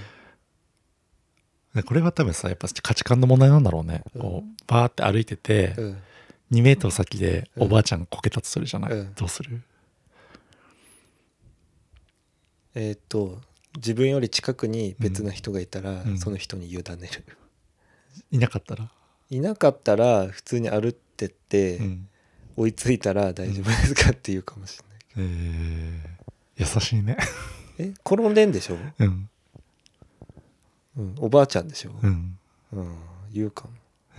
Speaker 2: でこれは多分さやっぱ価値観の問題なんだろうね、
Speaker 1: うん
Speaker 2: こうバーって歩いてて、
Speaker 1: うん
Speaker 2: 2メートル先で
Speaker 1: うん
Speaker 2: おばあちゃんがこけたとするじゃない、
Speaker 1: うん
Speaker 2: どうする
Speaker 1: えーっと自分より近くに別な人がいたら、
Speaker 2: うん
Speaker 1: その人に委ねる
Speaker 2: いなかったら、
Speaker 1: いなかったら普通に歩ってって、
Speaker 2: うん
Speaker 1: 追いついたら大丈夫ですかって言うかもしれない
Speaker 2: えー優しいね
Speaker 1: え転んでんでしょ、
Speaker 2: うん
Speaker 1: うん、おばあちゃんでしょ、
Speaker 2: うん
Speaker 1: うん、言うかも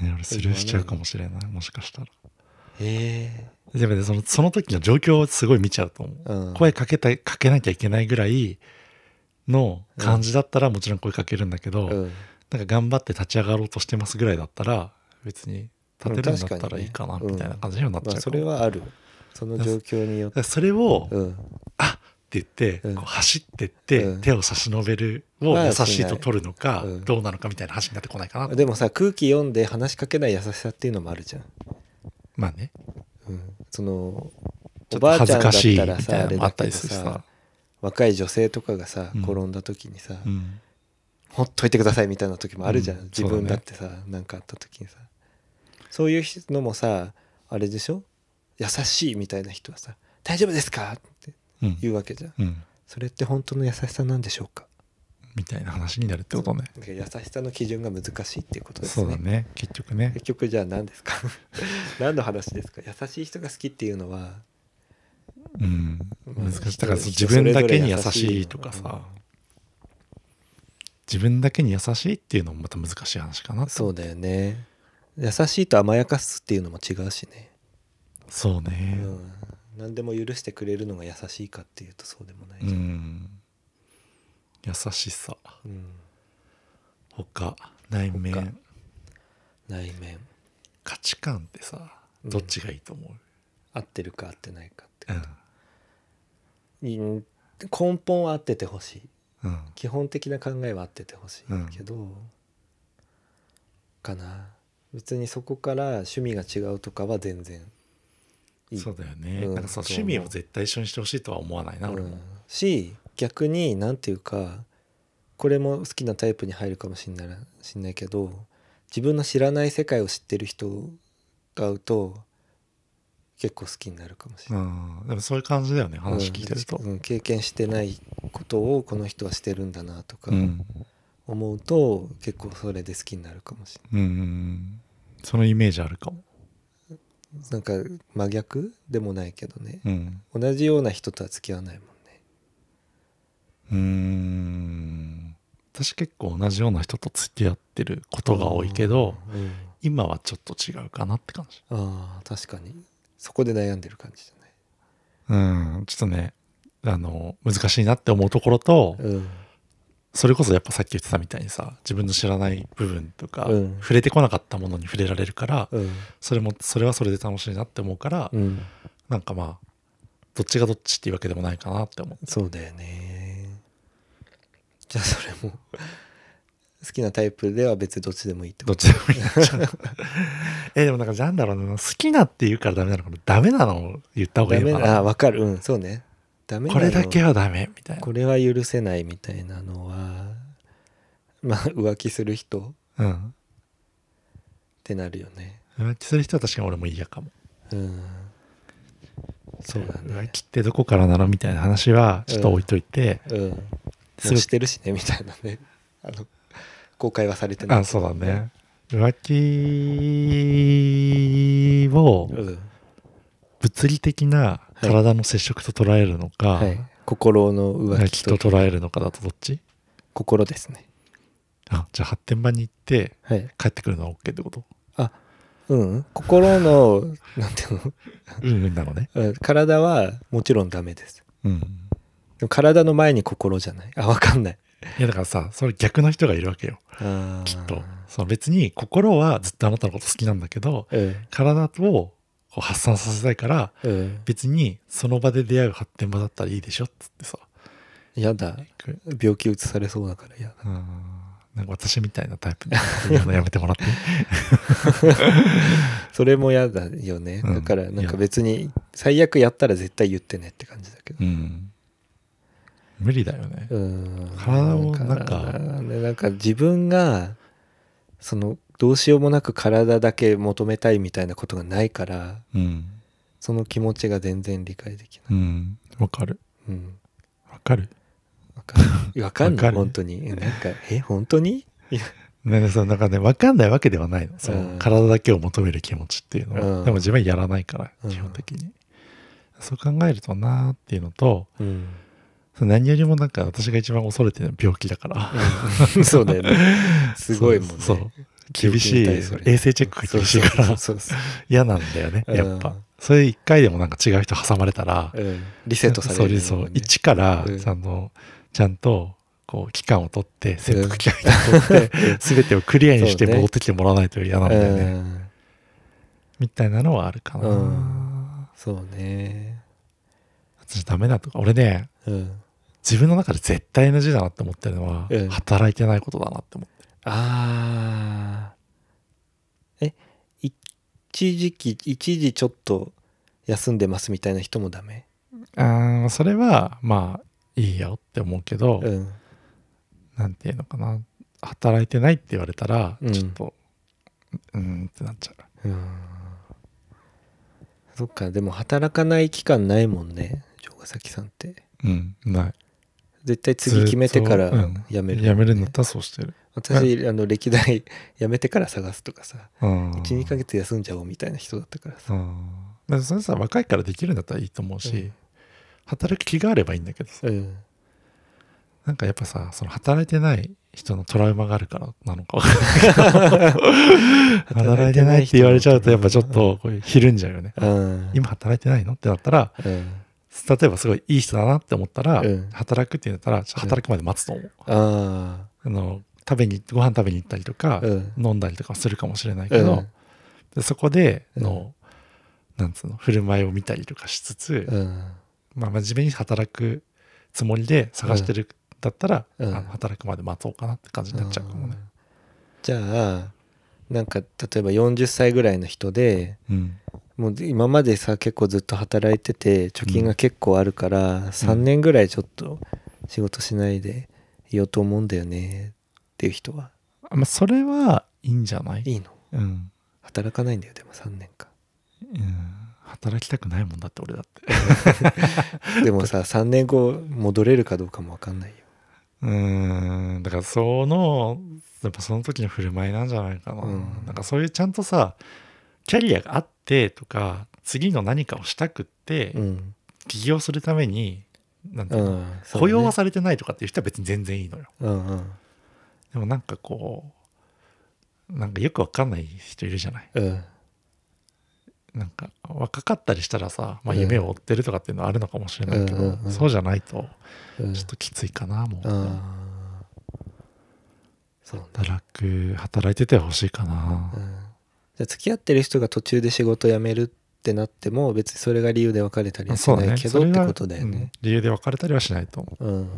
Speaker 2: ね俺スルーしちゃうかもしれないもしかしたら
Speaker 1: え
Speaker 2: でもねそのその時の状況をすごい見ちゃうと思
Speaker 1: え
Speaker 2: う、
Speaker 1: うん、
Speaker 2: 声かけたいかけなきゃいけないぐらいの感じだったらもちろん声かけるんだけど、
Speaker 1: うん
Speaker 2: なんか頑張って立ち上がろうとしてますぐらいだったら別に立てるんだっ
Speaker 1: うん
Speaker 2: た
Speaker 1: 確からにね
Speaker 2: いいかな
Speaker 1: うん
Speaker 2: みたいな感じにはなっちゃ
Speaker 1: ま
Speaker 2: う
Speaker 1: あ、
Speaker 2: か
Speaker 1: そ
Speaker 2: も
Speaker 1: れはあるその状況によっ
Speaker 2: だ
Speaker 1: て
Speaker 2: からそれを、
Speaker 1: うん
Speaker 2: あっって言って、
Speaker 1: うん
Speaker 2: こう走ってって、
Speaker 1: うん
Speaker 2: 手を差し伸べるを
Speaker 1: まあ
Speaker 2: 優しいと取るのか、
Speaker 1: うん
Speaker 2: どうなのかみたいな話になってこないかな、
Speaker 1: でもさ空気読んで話しかけない優しさっていうのもあるじゃん、
Speaker 2: まあね
Speaker 1: うん、その
Speaker 2: ちょ
Speaker 1: お
Speaker 2: っと
Speaker 1: ばあ
Speaker 2: 恥
Speaker 1: ちゃん
Speaker 2: ず
Speaker 1: だ
Speaker 2: か
Speaker 1: っ
Speaker 2: しい
Speaker 1: た
Speaker 2: み
Speaker 1: ら
Speaker 2: たい
Speaker 1: さあ
Speaker 2: なの
Speaker 1: れ
Speaker 2: もあ
Speaker 1: だ
Speaker 2: った
Speaker 1: け
Speaker 2: り
Speaker 1: ど
Speaker 2: するし
Speaker 1: さ
Speaker 2: さ、
Speaker 1: 若い女性とかがさ
Speaker 2: うん
Speaker 1: 転んだ時にさ、
Speaker 2: うん、
Speaker 1: ほっといてくださいみたいな時もあるじゃん、
Speaker 2: うん
Speaker 1: 自
Speaker 2: そうだ
Speaker 1: 分
Speaker 2: ね
Speaker 1: だってさ何、なんかあった時にさそういうのもさあれでしょ優しいみたいな人はさ「大丈夫ですか?」って
Speaker 2: うん
Speaker 1: 言うわけじゃん
Speaker 2: うん、
Speaker 1: それって本当の優しさなんでしょうか
Speaker 2: みたいな話になるってことね
Speaker 1: だから優しさの基準が難しいっていうことです
Speaker 2: そうだね結局ね
Speaker 1: 結局じゃあ何ですか 何の話ですか優しい人が好きっていうのは
Speaker 2: うん
Speaker 1: まあ
Speaker 2: 難しい
Speaker 1: 人
Speaker 2: だからそう自
Speaker 1: 人それ
Speaker 2: 分
Speaker 1: ぞ
Speaker 2: だ
Speaker 1: れ
Speaker 2: けに優しいとか
Speaker 1: 優しい
Speaker 2: さ
Speaker 1: よ
Speaker 2: 自分だけに優しいっていうのもまた難しい話かな
Speaker 1: そうだよね優しいと甘やかすっていうのも違うしね、
Speaker 2: そう
Speaker 1: う
Speaker 2: ね
Speaker 1: ん、何でも許してくれるのが優しいかっていうとそうでもない
Speaker 2: うん、
Speaker 1: じゃん、
Speaker 2: 優しさ
Speaker 1: うん
Speaker 2: 他内
Speaker 1: 他
Speaker 2: 面
Speaker 1: 内面
Speaker 2: 価値観ってさ
Speaker 1: うん
Speaker 2: どっちがいいと思う、
Speaker 1: 合ってるか合ってないかって
Speaker 2: うん
Speaker 1: うん根本は合っててほしい
Speaker 2: うん
Speaker 1: 基本的な考えは合っててほしい
Speaker 2: うん
Speaker 1: けど、かな別にそこから趣味が違うとかは全然いい
Speaker 2: そうだよね、
Speaker 1: うん
Speaker 2: なんかそう
Speaker 1: そう
Speaker 2: 趣味を絶対一緒にしてほしいとは思わないな、
Speaker 1: う
Speaker 2: 俺も
Speaker 1: ん、し逆になんていうかこれも好きなタイプに入るかもしんないらしんないけど自分の知らない世界を知ってる人が会うと結構好きになるかもしれない。
Speaker 2: うん、でもそういう感じだよね話聞いてると、
Speaker 1: うんうん経験してないことをこの人はしてるんだなとか
Speaker 2: うん
Speaker 1: 思うと結構それで好きになるかもしれ
Speaker 2: うんうんそのイメージあるかも、
Speaker 1: ないなんか真逆でもないけどね
Speaker 2: うん、
Speaker 1: 同じような人とは付き合わないもんね
Speaker 2: うーん私結構同じような人と付き合ってることが多いけど、
Speaker 1: うん
Speaker 2: 今はちょっと違うかなって感じ
Speaker 1: あー確かにそこで悩んでる感じじ
Speaker 2: うんちょっとねあの難しいなって思うところと
Speaker 1: ゃないうん
Speaker 2: それこそやっぱさっき言ってたみたいにさ自分の知らない部分とか、
Speaker 1: うん
Speaker 2: 触れてこなかったものに触れられるから、
Speaker 1: うん
Speaker 2: それもそれはそれで楽しいなって思うから、
Speaker 1: うん、
Speaker 2: なんかまあどっちがどっちっていうわけでもないかなって思う
Speaker 1: そうだよねじゃあそれも好きなタイプでは別にどっちでもいいって
Speaker 2: ど
Speaker 1: こ
Speaker 2: っ
Speaker 1: と
Speaker 2: ちでもいいなっちゃ うえでもなんかなんだろうな好きなって言うからダメなのかなダメなのを言った方がい
Speaker 1: ダ
Speaker 2: い
Speaker 1: メ
Speaker 2: のか
Speaker 1: な
Speaker 2: な
Speaker 1: あ分かるうんそうねダメな
Speaker 2: こ
Speaker 1: の
Speaker 2: れだけはダメみたいな
Speaker 1: これは許せないみたいなのはまあ浮気する人っ
Speaker 2: うん
Speaker 1: てなるよね
Speaker 2: 浮気する人は確かに俺も嫌かも
Speaker 1: うんそうだ
Speaker 2: 浮
Speaker 1: ね
Speaker 2: 気ってどこからなのみたいな話はちょっと置いといて、
Speaker 1: うんも
Speaker 2: す
Speaker 1: う
Speaker 2: べ
Speaker 1: してるしねみたいなねあの公開はされてない
Speaker 2: あ、そうだね。浮気を
Speaker 1: うん
Speaker 2: 物理的な体の接触と捉えるのか、
Speaker 1: はい、心の浮
Speaker 2: 浮
Speaker 1: 気
Speaker 2: 気
Speaker 1: と
Speaker 2: と捉えるのかだとどっち
Speaker 1: 心ですね
Speaker 2: あ、じゃあ発展場に行って
Speaker 1: はい
Speaker 2: 帰ってくるのは OK ってこと
Speaker 1: うん心のなんていうの
Speaker 2: うんうんなのね。
Speaker 1: うん体はもちろんダメです
Speaker 2: うん。
Speaker 1: でも体の前に心じゃないあわかんない
Speaker 2: いやだからさ、それ逆の人がいるわけよ。
Speaker 1: あー
Speaker 2: きっと。その別に心はずっとあなたのこと好きなんだけど、
Speaker 1: うん
Speaker 2: 体をこう発散させたいから、
Speaker 1: うん
Speaker 2: 別にその場で出会う発展場だったらいいでしょっつってさ。
Speaker 1: やだ
Speaker 2: く
Speaker 1: 病気うつされそうだからやだ
Speaker 2: うんなんか私みたいなタイプに言うのやめてもらっていい
Speaker 1: それもやだよね、
Speaker 2: うん
Speaker 1: だからなんか別に最悪やったら絶対言ってねって感じだけど
Speaker 2: うん。無理だよね。
Speaker 1: うん
Speaker 2: 体を
Speaker 1: だら
Speaker 2: なんか
Speaker 1: ねなんか自分がそのどうしようもなく体だけ求めたいみたいなことがないから
Speaker 2: うん。
Speaker 1: その気持ちが全然理解できない
Speaker 2: うん。わかる。
Speaker 1: うん
Speaker 2: わかる。
Speaker 1: わかるわかん
Speaker 2: わ
Speaker 1: な
Speaker 2: か
Speaker 1: い
Speaker 2: る
Speaker 1: 本当になんかえ本当に
Speaker 2: ねね、そのなんかね、わかんないわけではないの。そ
Speaker 1: うん
Speaker 2: の体だけを求める気持ちっていうのは。
Speaker 1: うん
Speaker 2: でも自分はやらないから
Speaker 1: う、ん
Speaker 2: 基本的に。そう考えるとなーっていうのと、
Speaker 1: うん
Speaker 2: その何よりもなんか私が一番恐れてるのは病気だから。
Speaker 1: うん そうだよねすごいもんね
Speaker 2: そうそう厳しい。
Speaker 1: 病気に対
Speaker 2: 衛
Speaker 1: する
Speaker 2: 生チェックが厳しいから
Speaker 1: そうそうそう
Speaker 2: 嫌なんだよね、
Speaker 1: うん
Speaker 2: やっぱ。それ一回でもなんか違う人挟まれたら、
Speaker 1: そううんリセットさ
Speaker 2: そ
Speaker 1: れ
Speaker 2: う
Speaker 1: る
Speaker 2: そう
Speaker 1: もんね
Speaker 2: 一から、
Speaker 1: うん
Speaker 2: あのちゃんとこう期間を取って切腹期間を取って、全てをクリアにして
Speaker 1: そうね
Speaker 2: 戻ってきてもらわないと嫌なんだよね
Speaker 1: うん
Speaker 2: みたいなのはあるかな、
Speaker 1: うんそうね
Speaker 2: 私ダメだとか俺ね
Speaker 1: うん
Speaker 2: 自分の中で絶対 NG だなって思ってるのは、
Speaker 1: うん
Speaker 2: 働いてないことだなって思って
Speaker 1: あーえ一時期一時ちょっと休んでますみたいな人もダメ
Speaker 2: あーそれはまあいいよって思うけど、
Speaker 1: うん
Speaker 2: なんていうのかな働いてないって言われたら、
Speaker 1: うん
Speaker 2: ちょっとうーんってなっちゃう
Speaker 1: うんそっかでも働かない期間ないもんね城ヶ崎さんって
Speaker 2: うんない
Speaker 1: 絶対次決めてから
Speaker 2: ずっとうん
Speaker 1: 辞める、
Speaker 2: やめるんだったらそうしてる
Speaker 1: 私あの歴代 辞めてから探すとかさ12
Speaker 2: 12
Speaker 1: ヶ月休んじゃおうみたいな人だったからさ
Speaker 2: うん、それさ若いからできるんだったらいいと思うし、
Speaker 1: うん
Speaker 2: 働く気があればいいんだけどさ
Speaker 1: うん
Speaker 2: なんかやっぱさその働いてない人のトラウマがあるからなのか働いてないって言われちゃうとやっぱちょっとこうひるんじゃうよね
Speaker 1: うん
Speaker 2: 今働いてないのってなったら
Speaker 1: うん
Speaker 2: 例えばすごいいい人だなって思ったら、
Speaker 1: うん
Speaker 2: 働くって言ったらちょっと働くまで待つと思う、
Speaker 1: あ
Speaker 2: あの食べにご飯食べに行ったりとか
Speaker 1: あ、うん
Speaker 2: 飲んだりとかするかもしれないけ
Speaker 1: う
Speaker 2: ど、
Speaker 1: ん
Speaker 2: でそこで
Speaker 1: うん
Speaker 2: の、なんつうの振る舞いを見たりとかしつつ、
Speaker 1: うん
Speaker 2: まあ、真面目に働くつもりで探してるんだったら、
Speaker 1: うん
Speaker 2: あの働くまで待とうかなって感じになっちゃうかもね。
Speaker 1: じゃあなんか例えば40歳ぐらいの人で
Speaker 2: うん
Speaker 1: もう今までさ結構ずっと働いてて貯金が結構あるから、3年ぐらいちょっと仕事しないでいようと思うんだよねっていう人は
Speaker 2: まあ、それはいいんじゃない、
Speaker 1: いいの
Speaker 2: うん
Speaker 1: 働かないんだよでも3年間
Speaker 2: うん働きたくないもんだって俺だって。
Speaker 1: でもさ3年後戻れるかどうかも分かんないよ
Speaker 2: うんだからそのやっぱその時の振る舞いなんじゃないかな。
Speaker 1: うん
Speaker 2: なんかそういうちゃんとさキャリアがあってとか次の何かをしたくって、
Speaker 1: うん、
Speaker 2: 起業するためになんていう
Speaker 1: う
Speaker 2: の
Speaker 1: ん、そうね
Speaker 2: 雇用はされてないとかっていう人は別に全然いいのよ。
Speaker 1: うんうん
Speaker 2: でもなんかこう、なんかよくわかんない人いるじゃない。
Speaker 1: うん
Speaker 2: なんか若かったりしたらさ、まあ
Speaker 1: うん
Speaker 2: 夢を追ってるとかっていうのはあるのかもしれないけど、
Speaker 1: うんうんうん
Speaker 2: そうじゃないと
Speaker 1: うん
Speaker 2: ちょっときついかな、もう。
Speaker 1: ああそうね
Speaker 2: 働く、働いててほしいかな
Speaker 1: う。んじゃあ付き合ってる人が途中で仕事辞めるってなっても別にそれが理由で別れたりはし
Speaker 2: そう
Speaker 1: な
Speaker 2: だ
Speaker 1: い
Speaker 2: ね。
Speaker 1: け
Speaker 2: そ
Speaker 1: ど、
Speaker 2: れ
Speaker 1: って
Speaker 2: は
Speaker 1: ことだよ
Speaker 2: うん
Speaker 1: ね。
Speaker 2: 理由で別れたりはしないと思
Speaker 1: うん、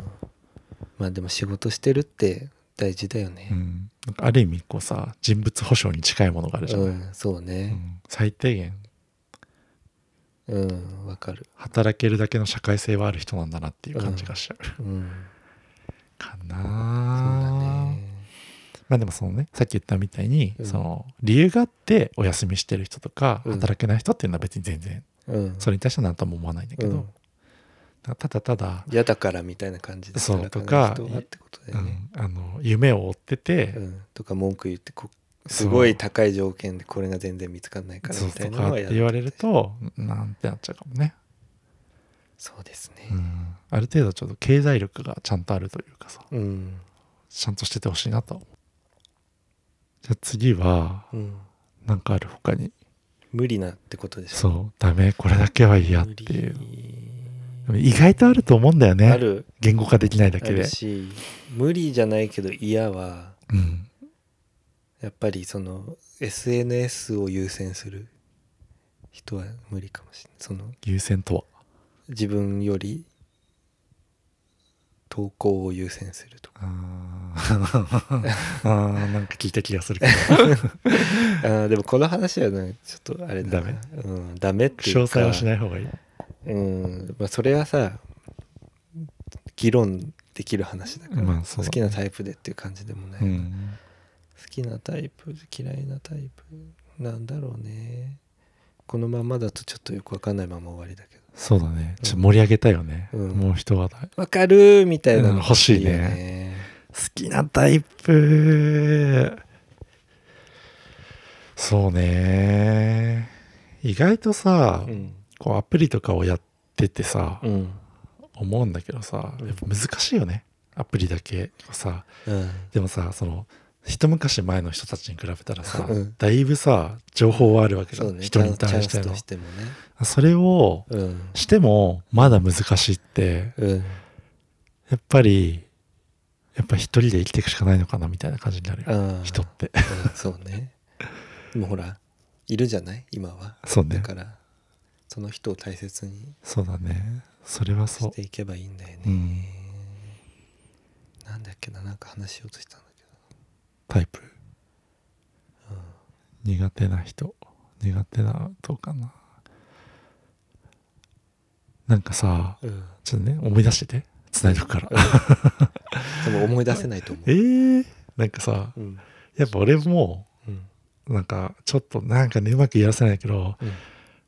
Speaker 1: まあでも仕事してるって大事だよね
Speaker 2: う。う。ん。なんかある意味、こうさ、人物保証に近いものがあるじゃ
Speaker 1: う
Speaker 2: ない。
Speaker 1: ん、そう
Speaker 2: う
Speaker 1: ね。
Speaker 2: ん最低限
Speaker 1: うん、わかる。
Speaker 2: 働けるだけの社会性はある人なんだなっていう感じがしちゃ
Speaker 1: う
Speaker 2: う、
Speaker 1: ん、
Speaker 2: か
Speaker 1: そうだ
Speaker 2: な
Speaker 1: ね。
Speaker 2: まあでもそのねさっき言ったみたいに、
Speaker 1: うん
Speaker 2: その理由があってお休みしてる人とか
Speaker 1: うん
Speaker 2: 働けない人っていうのは別に全然
Speaker 1: うん、
Speaker 2: それに対しては何とも思わないんだけど、
Speaker 1: うん
Speaker 2: ただただ、
Speaker 1: 嫌だからみたいな感じで
Speaker 2: そう
Speaker 1: 働ない人がってことだよ
Speaker 2: う
Speaker 1: ね、
Speaker 2: ん、あの夢を追ってて、
Speaker 1: うんとか文句言ってこすごい高い条件でこれが全然見つかんないから
Speaker 2: そう
Speaker 1: みた
Speaker 2: と
Speaker 1: いなの
Speaker 2: かっ
Speaker 1: は
Speaker 2: て
Speaker 1: や
Speaker 2: 言われるとなんてなっちゃうかもね、
Speaker 1: そうです
Speaker 2: う
Speaker 1: ね
Speaker 2: ん、ある程度ちょっと経済力がちゃんとあるというかさ
Speaker 1: うん
Speaker 2: ちゃんとしててほしいなとは思うじゃあ次は
Speaker 1: うん
Speaker 2: なんかある他に
Speaker 1: 無理なってことでしょ
Speaker 2: そうダメこれだけは嫌っていう
Speaker 1: う
Speaker 2: でも意外とあると思うんだよ
Speaker 1: あ
Speaker 2: ね
Speaker 1: る
Speaker 2: 言語化できないだ
Speaker 1: あ
Speaker 2: け
Speaker 1: る
Speaker 2: で、
Speaker 1: し無理じゃないけど嫌は
Speaker 2: うん、
Speaker 1: やっぱりその SNS を優先する人は無理かもしれないその
Speaker 2: 優先とは
Speaker 1: 自分より投稿を優先するとか
Speaker 2: あ ーあーなんか聞いた気がするけど
Speaker 1: あーでもこの話はねちょっとあれだなうん、ダメっていうか
Speaker 2: 詳細はしない方がいい
Speaker 1: うんまあ、それはさ議論できる話だから、
Speaker 2: まあそ
Speaker 1: 好
Speaker 2: うだ
Speaker 1: きなタイプでっていう感じでもない、
Speaker 2: うん
Speaker 1: 好きなタイプ嫌いなタイプなんだろうねこのままだとちょっとよくわかんないまま終わりだけど
Speaker 2: そうだねちょっと盛り上げたいよね、
Speaker 1: うん
Speaker 2: もう一話題
Speaker 1: わかるみたいな
Speaker 2: うん
Speaker 1: の
Speaker 2: 欲しいね
Speaker 1: よ
Speaker 2: 好きなタイプそうね意外とさ、
Speaker 1: うん
Speaker 2: こうアプリとかをやっててさ、
Speaker 1: うん
Speaker 2: 思うんだけどさ
Speaker 1: うん
Speaker 2: やっぱ難しいよねアプリだけさ
Speaker 1: うん
Speaker 2: でもさその一昔前の人たちに比べたらさ、
Speaker 1: うん
Speaker 2: だいぶさ情報はあるわけじゃ、
Speaker 1: そうんね
Speaker 2: 人に
Speaker 1: チャン
Speaker 2: 対
Speaker 1: チ
Speaker 2: し
Speaker 1: ャ
Speaker 2: て
Speaker 1: ンス
Speaker 2: の
Speaker 1: としてもね
Speaker 2: それを
Speaker 1: うん
Speaker 2: してもまだ難しいって
Speaker 1: うん
Speaker 2: やっぱりやっぱ一人で生きていくしかないのかなみたいな感じになるよ
Speaker 1: あー
Speaker 2: 人って
Speaker 1: うんそうねでもほらいるじゃない今は
Speaker 2: そう
Speaker 1: だ
Speaker 2: ね
Speaker 1: からその人を大切に
Speaker 2: そうだねそれはそ
Speaker 1: し
Speaker 2: う
Speaker 1: ていけばいいんだよね、
Speaker 2: うん
Speaker 1: なんだっけななんか話しようとしたんだけ
Speaker 2: タイプ、苦手な人苦手などうかななんかさ
Speaker 1: ど、うん、
Speaker 2: ちょっとね思い出してて繋いどくから
Speaker 1: でも思い出せないと思う
Speaker 2: えー、なんかさ
Speaker 1: うん
Speaker 2: やっぱ俺も
Speaker 1: うん
Speaker 2: なんかちょっとなんかねうまく言い出せないけど
Speaker 1: うん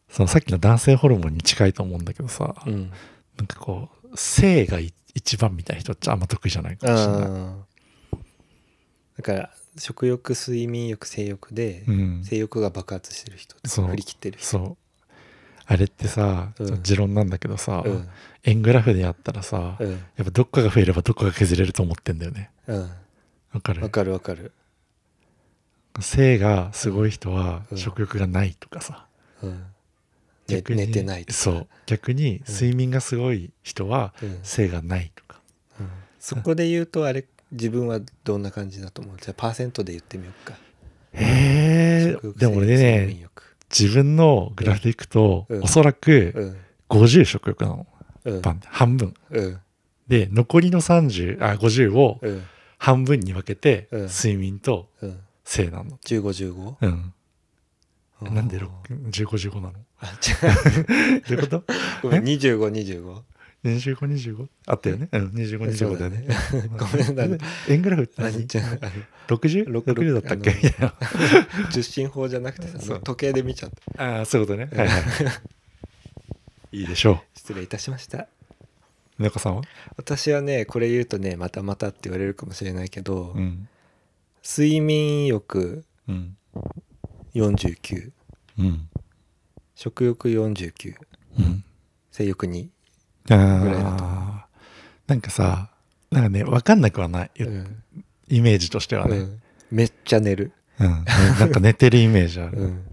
Speaker 2: そのさっきの男性ホルモンに近いと思うんだけどさ、
Speaker 1: うん
Speaker 2: なんかこう性がい一番みたいな人ってあんま得意じゃないかもしれない、
Speaker 1: あーだから食欲睡眠欲性欲で、
Speaker 2: うん、
Speaker 1: 性欲が爆発してる人
Speaker 2: そう
Speaker 1: 振り切ってる人
Speaker 2: そうあれってさ、
Speaker 1: うん
Speaker 2: 持論なんだけどさ、
Speaker 1: うん
Speaker 2: 円グラフでやったらさ、
Speaker 1: う
Speaker 2: や
Speaker 1: ん
Speaker 2: っぱどっかが増えればどっかが削れると思ってんだよね
Speaker 1: うん
Speaker 2: わか
Speaker 1: わ
Speaker 2: る
Speaker 1: かるわかる、
Speaker 2: 性がすごい人は
Speaker 1: うん
Speaker 2: 食欲がないとかさ、
Speaker 1: うん、寝
Speaker 2: に
Speaker 1: 寝てないとか
Speaker 2: そう逆に睡眠がすごい人は
Speaker 1: うん
Speaker 2: 性がないとか、
Speaker 1: うんそこで言うとあれ自分はどんな感じだと思うじゃあパーセントで言ってみようか
Speaker 2: へ
Speaker 1: 食
Speaker 2: え
Speaker 1: 欲
Speaker 2: でも俺
Speaker 1: 性欲睡眠
Speaker 2: ね
Speaker 1: 欲
Speaker 2: 自分のグラフでいくと、
Speaker 1: うん
Speaker 2: おそらく
Speaker 1: うん
Speaker 2: 50食欲な
Speaker 1: うん
Speaker 2: の、バンって半分
Speaker 1: うん
Speaker 2: で残りの30あ50を
Speaker 1: うん
Speaker 2: 半分に分けて、
Speaker 1: うん
Speaker 2: 睡眠と
Speaker 1: うん
Speaker 2: 性なの。
Speaker 1: 1515
Speaker 2: うん。なんで
Speaker 1: ろ
Speaker 2: 15、15なの
Speaker 1: あ違う
Speaker 2: どう いうこと
Speaker 1: ごめん2525
Speaker 2: ?25、25? あったよね。うん、25、
Speaker 1: そう
Speaker 2: 25だ
Speaker 1: だ
Speaker 2: よ
Speaker 1: ね
Speaker 2: ね。
Speaker 1: ごめんなさい
Speaker 2: 円グラフって
Speaker 1: 何
Speaker 2: 何
Speaker 1: じゃあのろく
Speaker 2: 60?60 だったっけ
Speaker 1: あの
Speaker 2: みたいな。
Speaker 1: 受信法じゃなくてさあ
Speaker 2: そ
Speaker 1: の
Speaker 2: う
Speaker 1: 時計で見ちゃった
Speaker 2: ああ、そういうことね。はいはい。いいでしょ
Speaker 1: 失礼いたしました
Speaker 2: う。猫さんは
Speaker 1: 私はねこれ言うとねまたまたって言われるかもしれないけど、
Speaker 2: うん。
Speaker 1: 睡眠欲
Speaker 2: うん。
Speaker 1: 49
Speaker 2: うん。
Speaker 1: 食欲49
Speaker 2: うん。
Speaker 1: 性欲2ぐらいだと
Speaker 2: ああ。なんかさ、なんかね、わかんなくはない。
Speaker 1: うん
Speaker 2: イメージとしては
Speaker 1: う
Speaker 2: ね。
Speaker 1: んめっちゃ寝る、
Speaker 2: うん。なんか寝てるイメージあ
Speaker 1: う
Speaker 2: る。
Speaker 1: ん、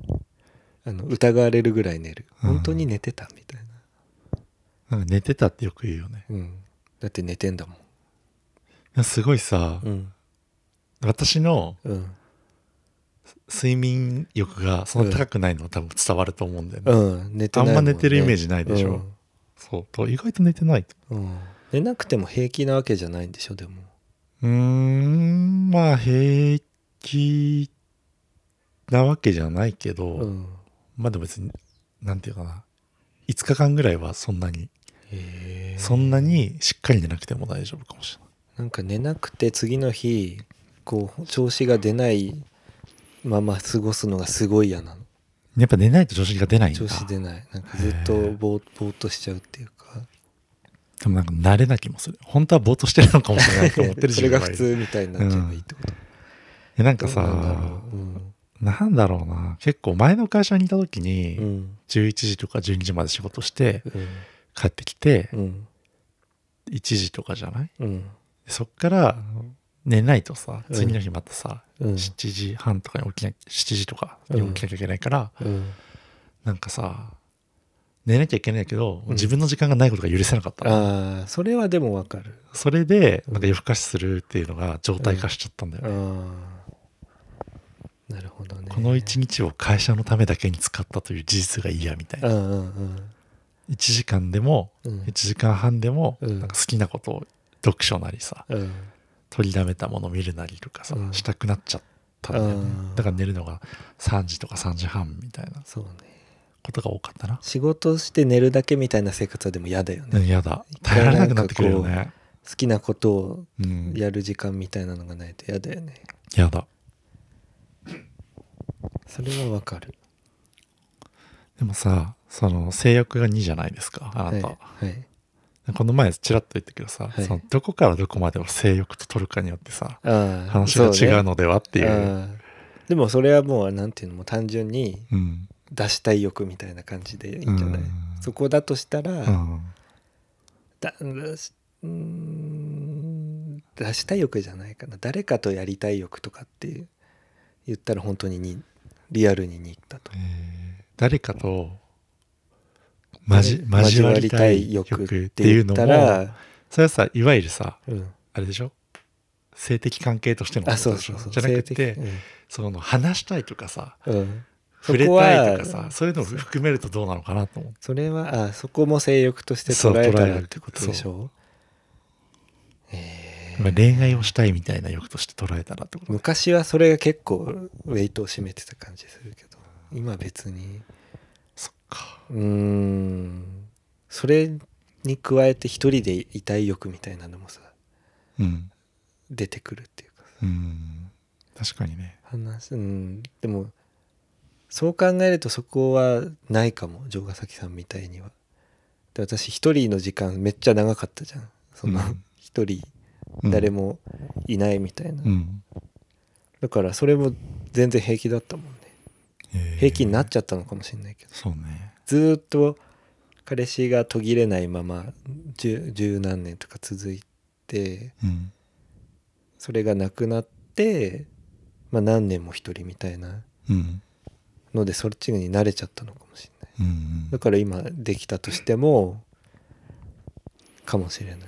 Speaker 1: あの疑われるぐらい寝る
Speaker 2: うん
Speaker 1: 本当に寝てたみたいな、
Speaker 2: なんか寝てたってよく言うよね。
Speaker 1: うん、だって寝てんだもん
Speaker 2: すごいさ、
Speaker 1: うん
Speaker 2: 私の
Speaker 1: うん
Speaker 2: 睡眠欲がそんな高くないのは多分伝わると思うんだよね。
Speaker 1: うん寝てない
Speaker 2: あ
Speaker 1: も
Speaker 2: ん
Speaker 1: ん、
Speaker 2: ま
Speaker 1: ね、
Speaker 2: 寝てるイメージないでしょそうと意外と寝てないと。
Speaker 1: うん、うん寝なくても平気なわけじゃないんでしょでも
Speaker 2: うーんまあ平気なわけじゃないけど、
Speaker 1: うん
Speaker 2: まあでも別になんていうかな5日間ぐらいはそんなに
Speaker 1: へえ
Speaker 2: そんなにしっかり寝なくても大丈夫かもしれない。
Speaker 1: なんか寝なくて次の日こう調子が出ないまま過ごすのがすごい嫌なの
Speaker 2: やっぱ寝ないと調子が出ないんだ。
Speaker 1: 調子出ないなんかずっとぼーぼーっとしちゃうっていうか
Speaker 2: でもなんか慣れな気もする。本当はぼーっとしてるのかもしれないと思ってる
Speaker 1: それが
Speaker 2: 自分
Speaker 1: 普
Speaker 2: い
Speaker 1: 通み
Speaker 2: る。
Speaker 1: たいになっちゃえばいいってこと、
Speaker 2: えなんか
Speaker 1: どうなんだろ
Speaker 2: さ、
Speaker 1: ううん
Speaker 2: なんだろうな。結構前の会社にいた時に、
Speaker 1: うん
Speaker 2: 11時とか12時まで仕事して、
Speaker 1: うん
Speaker 2: 帰ってきて、
Speaker 1: うん
Speaker 2: 1時とかじゃない
Speaker 1: うん
Speaker 2: そっから寝ないとさ、
Speaker 1: うん
Speaker 2: 次の日またさ、
Speaker 1: うん
Speaker 2: 7時半とかに起きなきゃ、7時とかに起きなきゃいけないから、
Speaker 1: うん
Speaker 2: なんかさ、寝なきゃいけないけど、
Speaker 1: うん
Speaker 2: 自分の時間がないことが許せなかったの。
Speaker 1: ああそれはでもわかる
Speaker 2: それで、なんか夜更かしするっていうのが状態化しちゃったんだよ
Speaker 1: あ
Speaker 2: ね。
Speaker 1: あなるほどね
Speaker 2: この一日を会社のためだけに使ったという事実が嫌みたいな
Speaker 1: う。んうんうん
Speaker 2: 1時間でも、
Speaker 1: うん
Speaker 2: 1時間半でも、
Speaker 1: うん
Speaker 2: なんか好きなことを読書なりさ、
Speaker 1: うん
Speaker 2: 取りだめたもの見るなりとかさ、
Speaker 1: うん
Speaker 2: したくなっちゃったんだよ
Speaker 1: う
Speaker 2: ね
Speaker 1: ん。
Speaker 2: だから寝るのが3時とか3時半みたいな
Speaker 1: そうね
Speaker 2: ことが多かったな。
Speaker 1: 仕事して寝るだけみたいな生活はでも嫌だよね、
Speaker 2: うんやだ。耐えられなくなってくるよね。
Speaker 1: 好きなことを
Speaker 2: うん。
Speaker 1: やる時間みたいなのがないと嫌だよね
Speaker 2: やだ。
Speaker 1: それはわかる
Speaker 2: でもさ、その性欲が2じゃないですか、あなた。
Speaker 1: はい、はい、
Speaker 2: この前ちらっと言ったけどさ、
Speaker 1: はい
Speaker 2: そのどこからどこまでを性欲と取るかによってさ、
Speaker 1: ああ
Speaker 2: 話が違うのではって
Speaker 1: て
Speaker 2: いう。
Speaker 1: でもそれはもうなんていうのもう単純に
Speaker 2: うん。
Speaker 1: 出したい欲みたいな感じでいいんじゃない、
Speaker 2: うん
Speaker 1: そこだとしたら、
Speaker 2: うん。
Speaker 1: だ出しうーん出したい欲じゃないかな誰かとやりたい欲とかって言ったら本当ににリアルに2だと
Speaker 2: えー誰かと交じ交わりたい欲っていうの
Speaker 1: 交わりたい欲っ
Speaker 2: も、
Speaker 1: て言っ
Speaker 2: それはさ、いわゆるさ、
Speaker 1: たら、うん、
Speaker 2: あれでしょ性的関係としてのこ
Speaker 1: あ
Speaker 2: と
Speaker 1: そう
Speaker 2: でし
Speaker 1: そ
Speaker 2: ょ
Speaker 1: うそう
Speaker 2: じゃなく
Speaker 1: 性
Speaker 2: て
Speaker 1: 的
Speaker 2: その話したいとかさ
Speaker 1: うんうんそ
Speaker 2: 触れ
Speaker 1: こは
Speaker 2: たいとかさそういうのも含めるとどうなのかなと思って
Speaker 1: それはあそこも性欲として捉えたらってことでしょえー
Speaker 2: まあ恋愛をしたいみたいな欲として捉えたらってこと
Speaker 1: 昔はそれが結構ウェイトを占めてた感じするけど今別に
Speaker 2: そっか
Speaker 1: うーんそれに加えて一人でいたい欲みたいなのもさ
Speaker 2: うん
Speaker 1: 出てくるっていうかさ
Speaker 2: うん確かにね
Speaker 1: 話うんでもそう考えるとそこはないかも城ヶ崎さんみたいにはで私一人の時間めっちゃ長かったじゃんその
Speaker 2: うん
Speaker 1: 一人
Speaker 2: うん
Speaker 1: 誰もいないみたいな、
Speaker 2: うん
Speaker 1: だからそれも全然平気だったもんね
Speaker 2: えー
Speaker 1: 平気になっちゃったのかもしれないけど
Speaker 2: そうね
Speaker 1: ずーっと彼氏が途切れないまま十十何年とか続いて
Speaker 2: うん
Speaker 1: それがなくなって、まあ、何年も一人みたいな
Speaker 2: うん
Speaker 1: のでそっちに慣れちゃったのかもしれない
Speaker 2: うんうん
Speaker 1: だから今できたとしてもかもしれない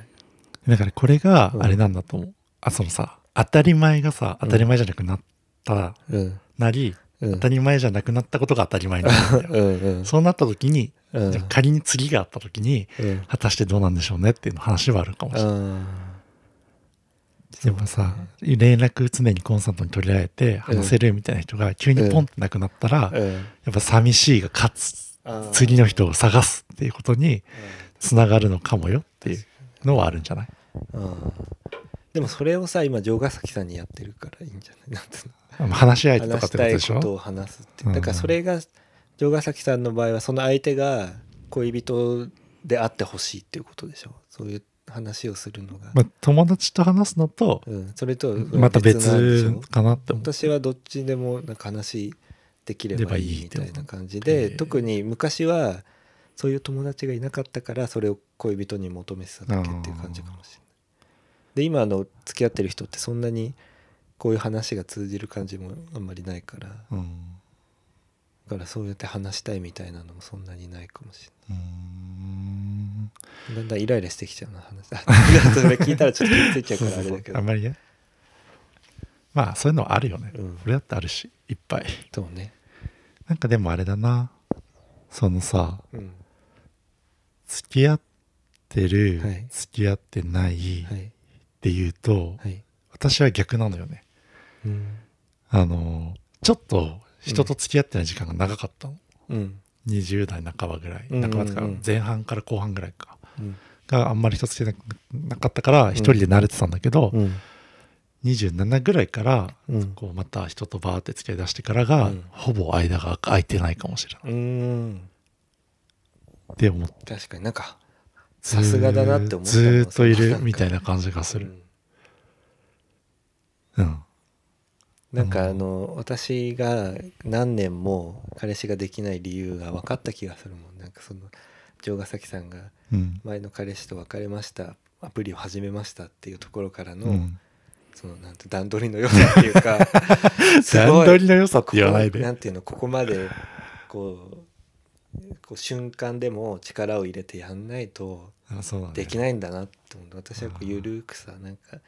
Speaker 2: だからこれが
Speaker 1: うん
Speaker 2: あれなんだと思うあそのさ当たり前がさ当たり前じゃなくなった
Speaker 1: うん
Speaker 2: なり
Speaker 1: うんう
Speaker 2: 当
Speaker 1: ん
Speaker 2: たり前じゃなくなったことが当たり前になるんだよ
Speaker 1: うん
Speaker 2: そうなった時に、
Speaker 1: うん
Speaker 2: じゃあ仮に次があった時に、
Speaker 1: うん
Speaker 2: 果たしてどうなんでしょうねっていうの話はあるかもしれない。
Speaker 1: あ
Speaker 2: でもさ、連絡常にコンスタントに取り合えて話せるみたいな人が急にポンってなくなったら、
Speaker 1: ー
Speaker 2: や
Speaker 1: うん
Speaker 2: っぱ寂しいが勝つ、
Speaker 1: あー
Speaker 2: 次の人を探すっていうことにつながるのかもよっていうのはあるんじゃない
Speaker 1: うんでもそれをさ今城ヶ崎さんにやってるからいいんじゃないなんつうの
Speaker 2: まあ話し合いとかっ
Speaker 1: 話し
Speaker 2: てこと
Speaker 1: た
Speaker 2: で
Speaker 1: い
Speaker 2: し
Speaker 1: こと
Speaker 2: ょ
Speaker 1: を話すって
Speaker 2: うん
Speaker 1: だからそれが城ヶ崎さんの場合はその相手が恋人であってほしいっていうことでしょそういう話をするのが、
Speaker 2: まあ、友達と話すのと、
Speaker 1: うん、それと
Speaker 2: また別
Speaker 1: なんでしょ
Speaker 2: かなって思う。
Speaker 1: 私はどっちでもなんか話できればいいみたいな感じで
Speaker 2: ればいいってこと
Speaker 1: 特に昔はそういう友達がいなかったからそれを恋人に求めてただけっていう感じかもしれない。で今の付き合ってる人ってそんなにこういう話が通じる感じもあんまりないからだ
Speaker 2: うん
Speaker 1: からそうやって話したいみたいなのもそんなにないかもし
Speaker 2: うー
Speaker 1: れない
Speaker 2: ん
Speaker 1: だんだんイライラしてきちゃうな話あそれ聞いたらちょっと気付いちゃう
Speaker 2: そう
Speaker 1: から
Speaker 2: そ
Speaker 1: あれ
Speaker 2: うそ
Speaker 1: だ
Speaker 2: う
Speaker 1: け
Speaker 2: あ
Speaker 1: ど
Speaker 2: んまりねまあそういうのはあるよね、
Speaker 1: うん
Speaker 2: 俺だってあるしいっぱい
Speaker 1: そうね
Speaker 2: なんかでもあれだなそのさ
Speaker 1: うん
Speaker 2: 付き合ってる、
Speaker 1: はい
Speaker 2: 付き合ってないっ
Speaker 1: はい
Speaker 2: ていうと、
Speaker 1: はい
Speaker 2: 私は逆なのよね
Speaker 1: うん
Speaker 2: あのちょっと人と付き合ってない時間が長かったの、
Speaker 1: うん
Speaker 2: 20代半ばぐらい
Speaker 1: うんうんうん
Speaker 2: 半ばとか前半から後半ぐらいか
Speaker 1: うん
Speaker 2: があんまり人付き合ってなかったから一人で慣れてたんだけど、
Speaker 1: うん
Speaker 2: 27ぐらいから
Speaker 1: うん
Speaker 2: こうまた人とバーって付き合い出してからが、
Speaker 1: うん
Speaker 2: ほぼ間が空いてないかもしれない
Speaker 1: うん
Speaker 2: って思って
Speaker 1: 確かになんかさすがだなって思った
Speaker 2: ずーずーっといるみた
Speaker 1: い
Speaker 2: いな感じがする。うん。
Speaker 1: なんかあの私が何年も彼氏ができない理由が分かった気がするもんなんかその城ヶ崎さんが
Speaker 2: うん。
Speaker 1: 前の彼氏と別れましたアプリを始めましたっていうところからの、
Speaker 2: うん
Speaker 1: そのなんて段取りの良さっていうかすごい
Speaker 2: 段取りの良さって言わない
Speaker 1: ここな
Speaker 2: で。
Speaker 1: んていうのここまでこうこう瞬間でも力を入れてやんないと
Speaker 2: あそうなんだ
Speaker 1: で
Speaker 2: よ
Speaker 1: きないんだなって思う私はこうゆるくさなんか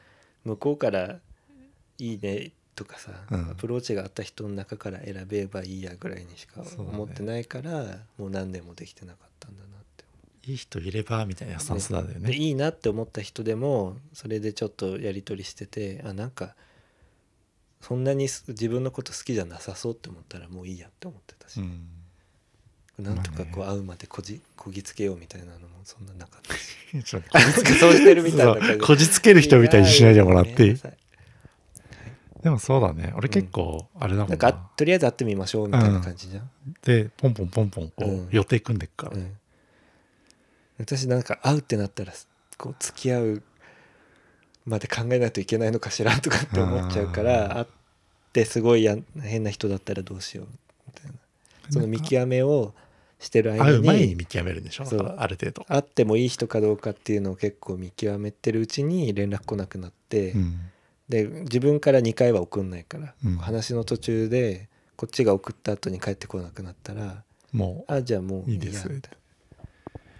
Speaker 1: 向こうから「いいね」とかさ、
Speaker 2: うん
Speaker 1: アプローチがあった人の中から選べばいいやぐらいにしか
Speaker 2: そうだね
Speaker 1: 思ってないから、もう何年もできてなかったんだなって思
Speaker 2: いい人いればみたいなスタンスなんだよ
Speaker 1: う、で
Speaker 2: ね。
Speaker 1: いいなって思った人でもそれでちょっとやり取りしててあなんかそんなにす自分のこと好きじゃなさそうって思ったらもういいやって思ってたし、
Speaker 2: うん。
Speaker 1: なんとかこう会うまでこじこぎつけようみたいなのもそんななかった し
Speaker 2: ちょっと
Speaker 1: こぎつけそうしてるみたいな
Speaker 2: そ
Speaker 1: 感
Speaker 2: う
Speaker 1: じ
Speaker 2: こじつける人みたいにしないでもらっていい
Speaker 1: や
Speaker 2: でもそうだね。俺結構、あれだも
Speaker 1: な
Speaker 2: んな。
Speaker 1: んかとりあえず会ってみましょうみたいな感じじゃん、
Speaker 2: で、ポンポンポンポン、こ
Speaker 1: うん
Speaker 2: う、予定組んでくから
Speaker 1: う。ん私なんか会うってなったらこう付き合うまで考えないといけないのかしらとかって思っちゃうから
Speaker 2: あー
Speaker 1: 会ってすごいや変な人だったらどうしようみたいなその見極めをしてる
Speaker 2: 会
Speaker 1: 間
Speaker 2: う前
Speaker 1: に
Speaker 2: に見極めるんでしょ
Speaker 1: そう
Speaker 2: だからある程度。
Speaker 1: 会ってもいい人かどうかっていうのを結構見極めてるうちに連絡来なくなって、
Speaker 2: うん。
Speaker 1: で自分から2回は送んないから、
Speaker 2: うん
Speaker 1: 話の途中でこっちが送った後に帰ってこなくなったら
Speaker 2: もう、
Speaker 1: あじゃあもうい
Speaker 2: いいです
Speaker 1: みたいな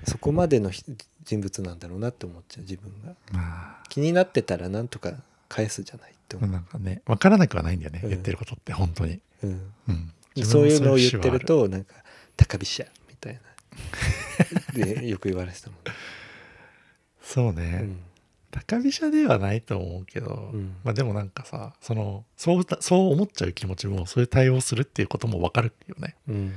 Speaker 1: そこまでのひ人物なんだろうなって思っちゃう自分が
Speaker 2: ま
Speaker 1: 気になってたらなんとか返すじゃないって
Speaker 2: あ、
Speaker 1: 思
Speaker 2: なんかね、わからなくはないんだよね。
Speaker 1: うん
Speaker 2: 言ってることって、本当に。
Speaker 1: う、うん
Speaker 2: うん。
Speaker 1: で
Speaker 2: 自
Speaker 1: そう
Speaker 2: 分も
Speaker 1: いうのを言
Speaker 2: 節
Speaker 1: っ
Speaker 2: は
Speaker 1: て
Speaker 2: あ
Speaker 1: るとなんか「高飛車」みたい なでよく言われてたもん、
Speaker 2: そう
Speaker 1: う
Speaker 2: ね。
Speaker 1: ん
Speaker 2: 高飛車ではないと思うけど
Speaker 1: うん、
Speaker 2: まあでもなんかさ、その、そうだ、そう思っちゃう気持ちも、そういう対応するっていうこともわかるよね。
Speaker 1: うん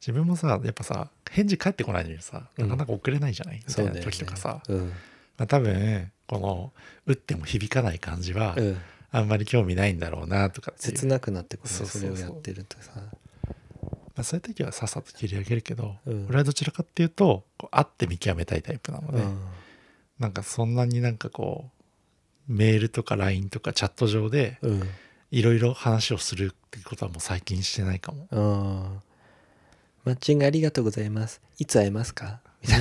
Speaker 2: 自分もさ、やっぱさ、返事返ってこないのにさ、なかなか送れないじゃないみた
Speaker 1: そう
Speaker 2: い
Speaker 1: だ
Speaker 2: な
Speaker 1: よね
Speaker 2: 時とかさ。
Speaker 1: うん
Speaker 2: まあ、多分この打っても響かない感じは
Speaker 1: うん、
Speaker 2: あんまり興味ないんだろうなとかっていう
Speaker 1: 切なくなってくる
Speaker 2: そう
Speaker 1: そ
Speaker 2: そう
Speaker 1: れ
Speaker 2: そう
Speaker 1: をやってるとさ
Speaker 2: まあ、そういう時はさっさと切り上げるけど、
Speaker 1: うん
Speaker 2: 俺はどちらかっていうとこう会って見極めたいタイプなので、
Speaker 1: うん
Speaker 2: なんかそんなになんかこうメールとか LINE とかチャット上で
Speaker 1: うん
Speaker 2: いろいろ話をするってことはもう最近してないかも。
Speaker 1: うんマッチングありがとうございます。いつ会えますか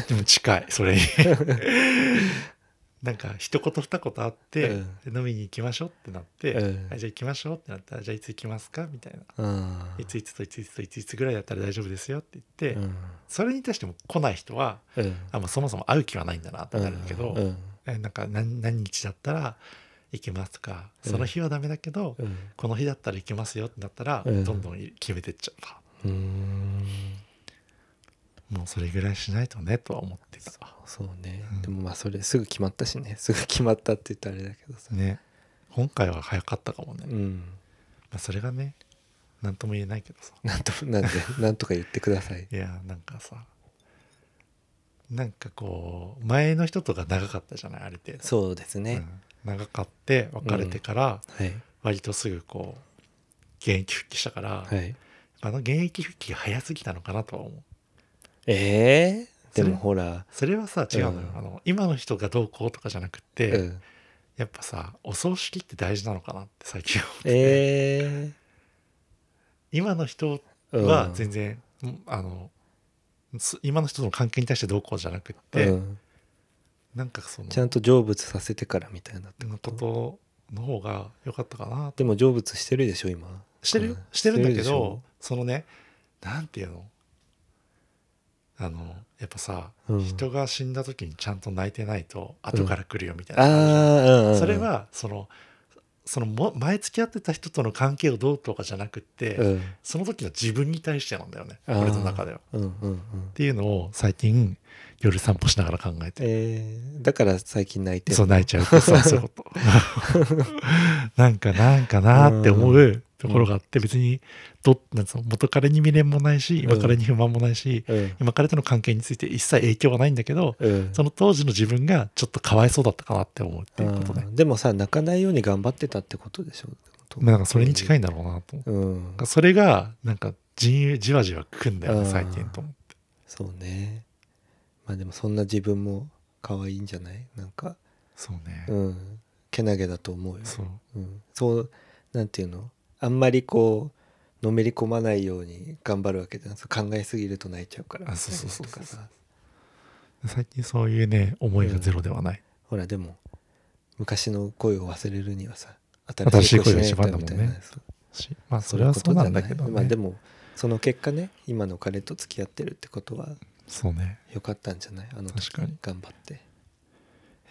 Speaker 2: でも近いそれになんか一言二言あって、で飲みに行きましょうってなって、
Speaker 1: うん
Speaker 2: あじゃあ行きましょうってなったらじゃあいつ行きますかみたいな
Speaker 1: うん。
Speaker 2: いついつといついつといついつぐらいだったら大丈夫ですよって言って、
Speaker 1: うん。
Speaker 2: それに対しても来ない人は
Speaker 1: うん。
Speaker 2: あもうそもそも会う気はないんだなってなるけど、
Speaker 1: うん。
Speaker 2: えなんか何何日だったら行けますとかその日はダメだけど、
Speaker 1: うん。
Speaker 2: この日だったら行けますよってなったら、
Speaker 1: うん
Speaker 2: どんどん決めてっちゃった
Speaker 1: うん。
Speaker 2: もうそれぐらいしないとねとは思ってた
Speaker 1: そうね
Speaker 2: う。ん
Speaker 1: でもまあそれすぐ決まったしね。す ぐ決まったって言ったらあれだけどさ。
Speaker 2: ね今回は早かったかもね、
Speaker 1: う
Speaker 2: ま
Speaker 1: ん。
Speaker 2: あ、それがね何とも言えないけどさ
Speaker 1: なんと、なんで、 なんとか言ってください。
Speaker 2: いやなんかさなんかこう前の人とか長かったじゃないあれって
Speaker 1: そうですね。
Speaker 2: うん、長かって別れてから
Speaker 1: はい。
Speaker 2: 割とすぐこう現役復帰したから、
Speaker 1: はい。
Speaker 2: あの現役復帰が早すぎたのかなとは思う
Speaker 1: ええ
Speaker 2: そ
Speaker 1: で
Speaker 2: れ
Speaker 1: もほら。
Speaker 2: それはさ違うのよ、
Speaker 1: うん
Speaker 2: あの今の人がどうこうとかじゃなく
Speaker 1: う
Speaker 2: て、
Speaker 1: ん。
Speaker 2: やっぱさお葬式って大事なのかなって最近思ってて、
Speaker 1: え
Speaker 2: 今の人
Speaker 1: え
Speaker 2: は全然、うんあのす今の人との関係に対してどうこうじゃなくって、
Speaker 1: うん。
Speaker 2: なんかその
Speaker 1: ちゃんと成仏させてからみたいなって
Speaker 2: の
Speaker 1: こ。
Speaker 2: こととの方が良かったかな
Speaker 1: でも成仏してるでしょ今
Speaker 2: してるよ
Speaker 1: うん
Speaker 2: してるんだけ
Speaker 1: してるでしょ
Speaker 2: どそのねなんていうのあのやっぱさ、
Speaker 1: うん
Speaker 2: 人が死んだ時にちゃんと泣いてないと後から来るよみたい
Speaker 1: あ
Speaker 2: な感じじゃん、
Speaker 1: あ、うんうんうん
Speaker 2: それ、はそのそのも前付き合ってた人との関係をどうとかじゃなくって、
Speaker 1: うん、
Speaker 2: その時の自分に対してなんだよね
Speaker 1: あー
Speaker 2: 俺の中では。っ
Speaker 1: うんうんうん
Speaker 2: ていうのを最近夜散歩しながら考えて
Speaker 1: えーだから最近泣いてる
Speaker 2: そう泣いちゃうそうそういうこと なんかなんかなーって思うところがあって別にどなんつうの元彼に未練もないし今彼に不満もないし、
Speaker 1: うん
Speaker 2: 今彼との関係について一切影響はないんだけど、
Speaker 1: うん
Speaker 2: その当時の自分がちょっとかわいそうだったかなって思うっていうこと
Speaker 1: あ
Speaker 2: ね
Speaker 1: ーでもさ泣かないように頑張ってたってことでしょ
Speaker 2: まあなんかそれに近
Speaker 1: い、
Speaker 2: いんだろうなと思う
Speaker 1: うん
Speaker 2: なんか、それがなんかじじわじわくんだよ
Speaker 1: あ
Speaker 2: ね
Speaker 1: ー
Speaker 2: 最近と思って
Speaker 1: そうねまあでもそんな自分も可愛いんじゃないなんか
Speaker 2: そうね。
Speaker 1: うんけなげだと思うよ
Speaker 2: そう。
Speaker 1: うん、そうなんていうのあんまりこうのめり込まないように頑張るわけじゃんそう考えすぎると泣いちゃうから
Speaker 2: あそうそうそうそう
Speaker 1: とかさ
Speaker 2: 最近そういうね、思いがゼロではない。
Speaker 1: ほらでも昔の恋を忘れるにはさ
Speaker 2: 新しい恋が
Speaker 1: し
Speaker 2: 一
Speaker 1: ない
Speaker 2: 番
Speaker 1: と
Speaker 2: だも
Speaker 1: み
Speaker 2: んね
Speaker 1: たいなそう
Speaker 2: しまあ、そ
Speaker 1: そうい
Speaker 2: れ
Speaker 1: う
Speaker 2: は
Speaker 1: こ
Speaker 2: そ
Speaker 1: と
Speaker 2: う
Speaker 1: じ
Speaker 2: な
Speaker 1: ゃ
Speaker 2: ん
Speaker 1: な
Speaker 2: だ
Speaker 1: い
Speaker 2: けどね。
Speaker 1: まあでもその結果ね今の彼と付き合ってるってことは
Speaker 2: そうね。
Speaker 1: 良かったんじゃないあの時
Speaker 2: 確かに
Speaker 1: 頑張って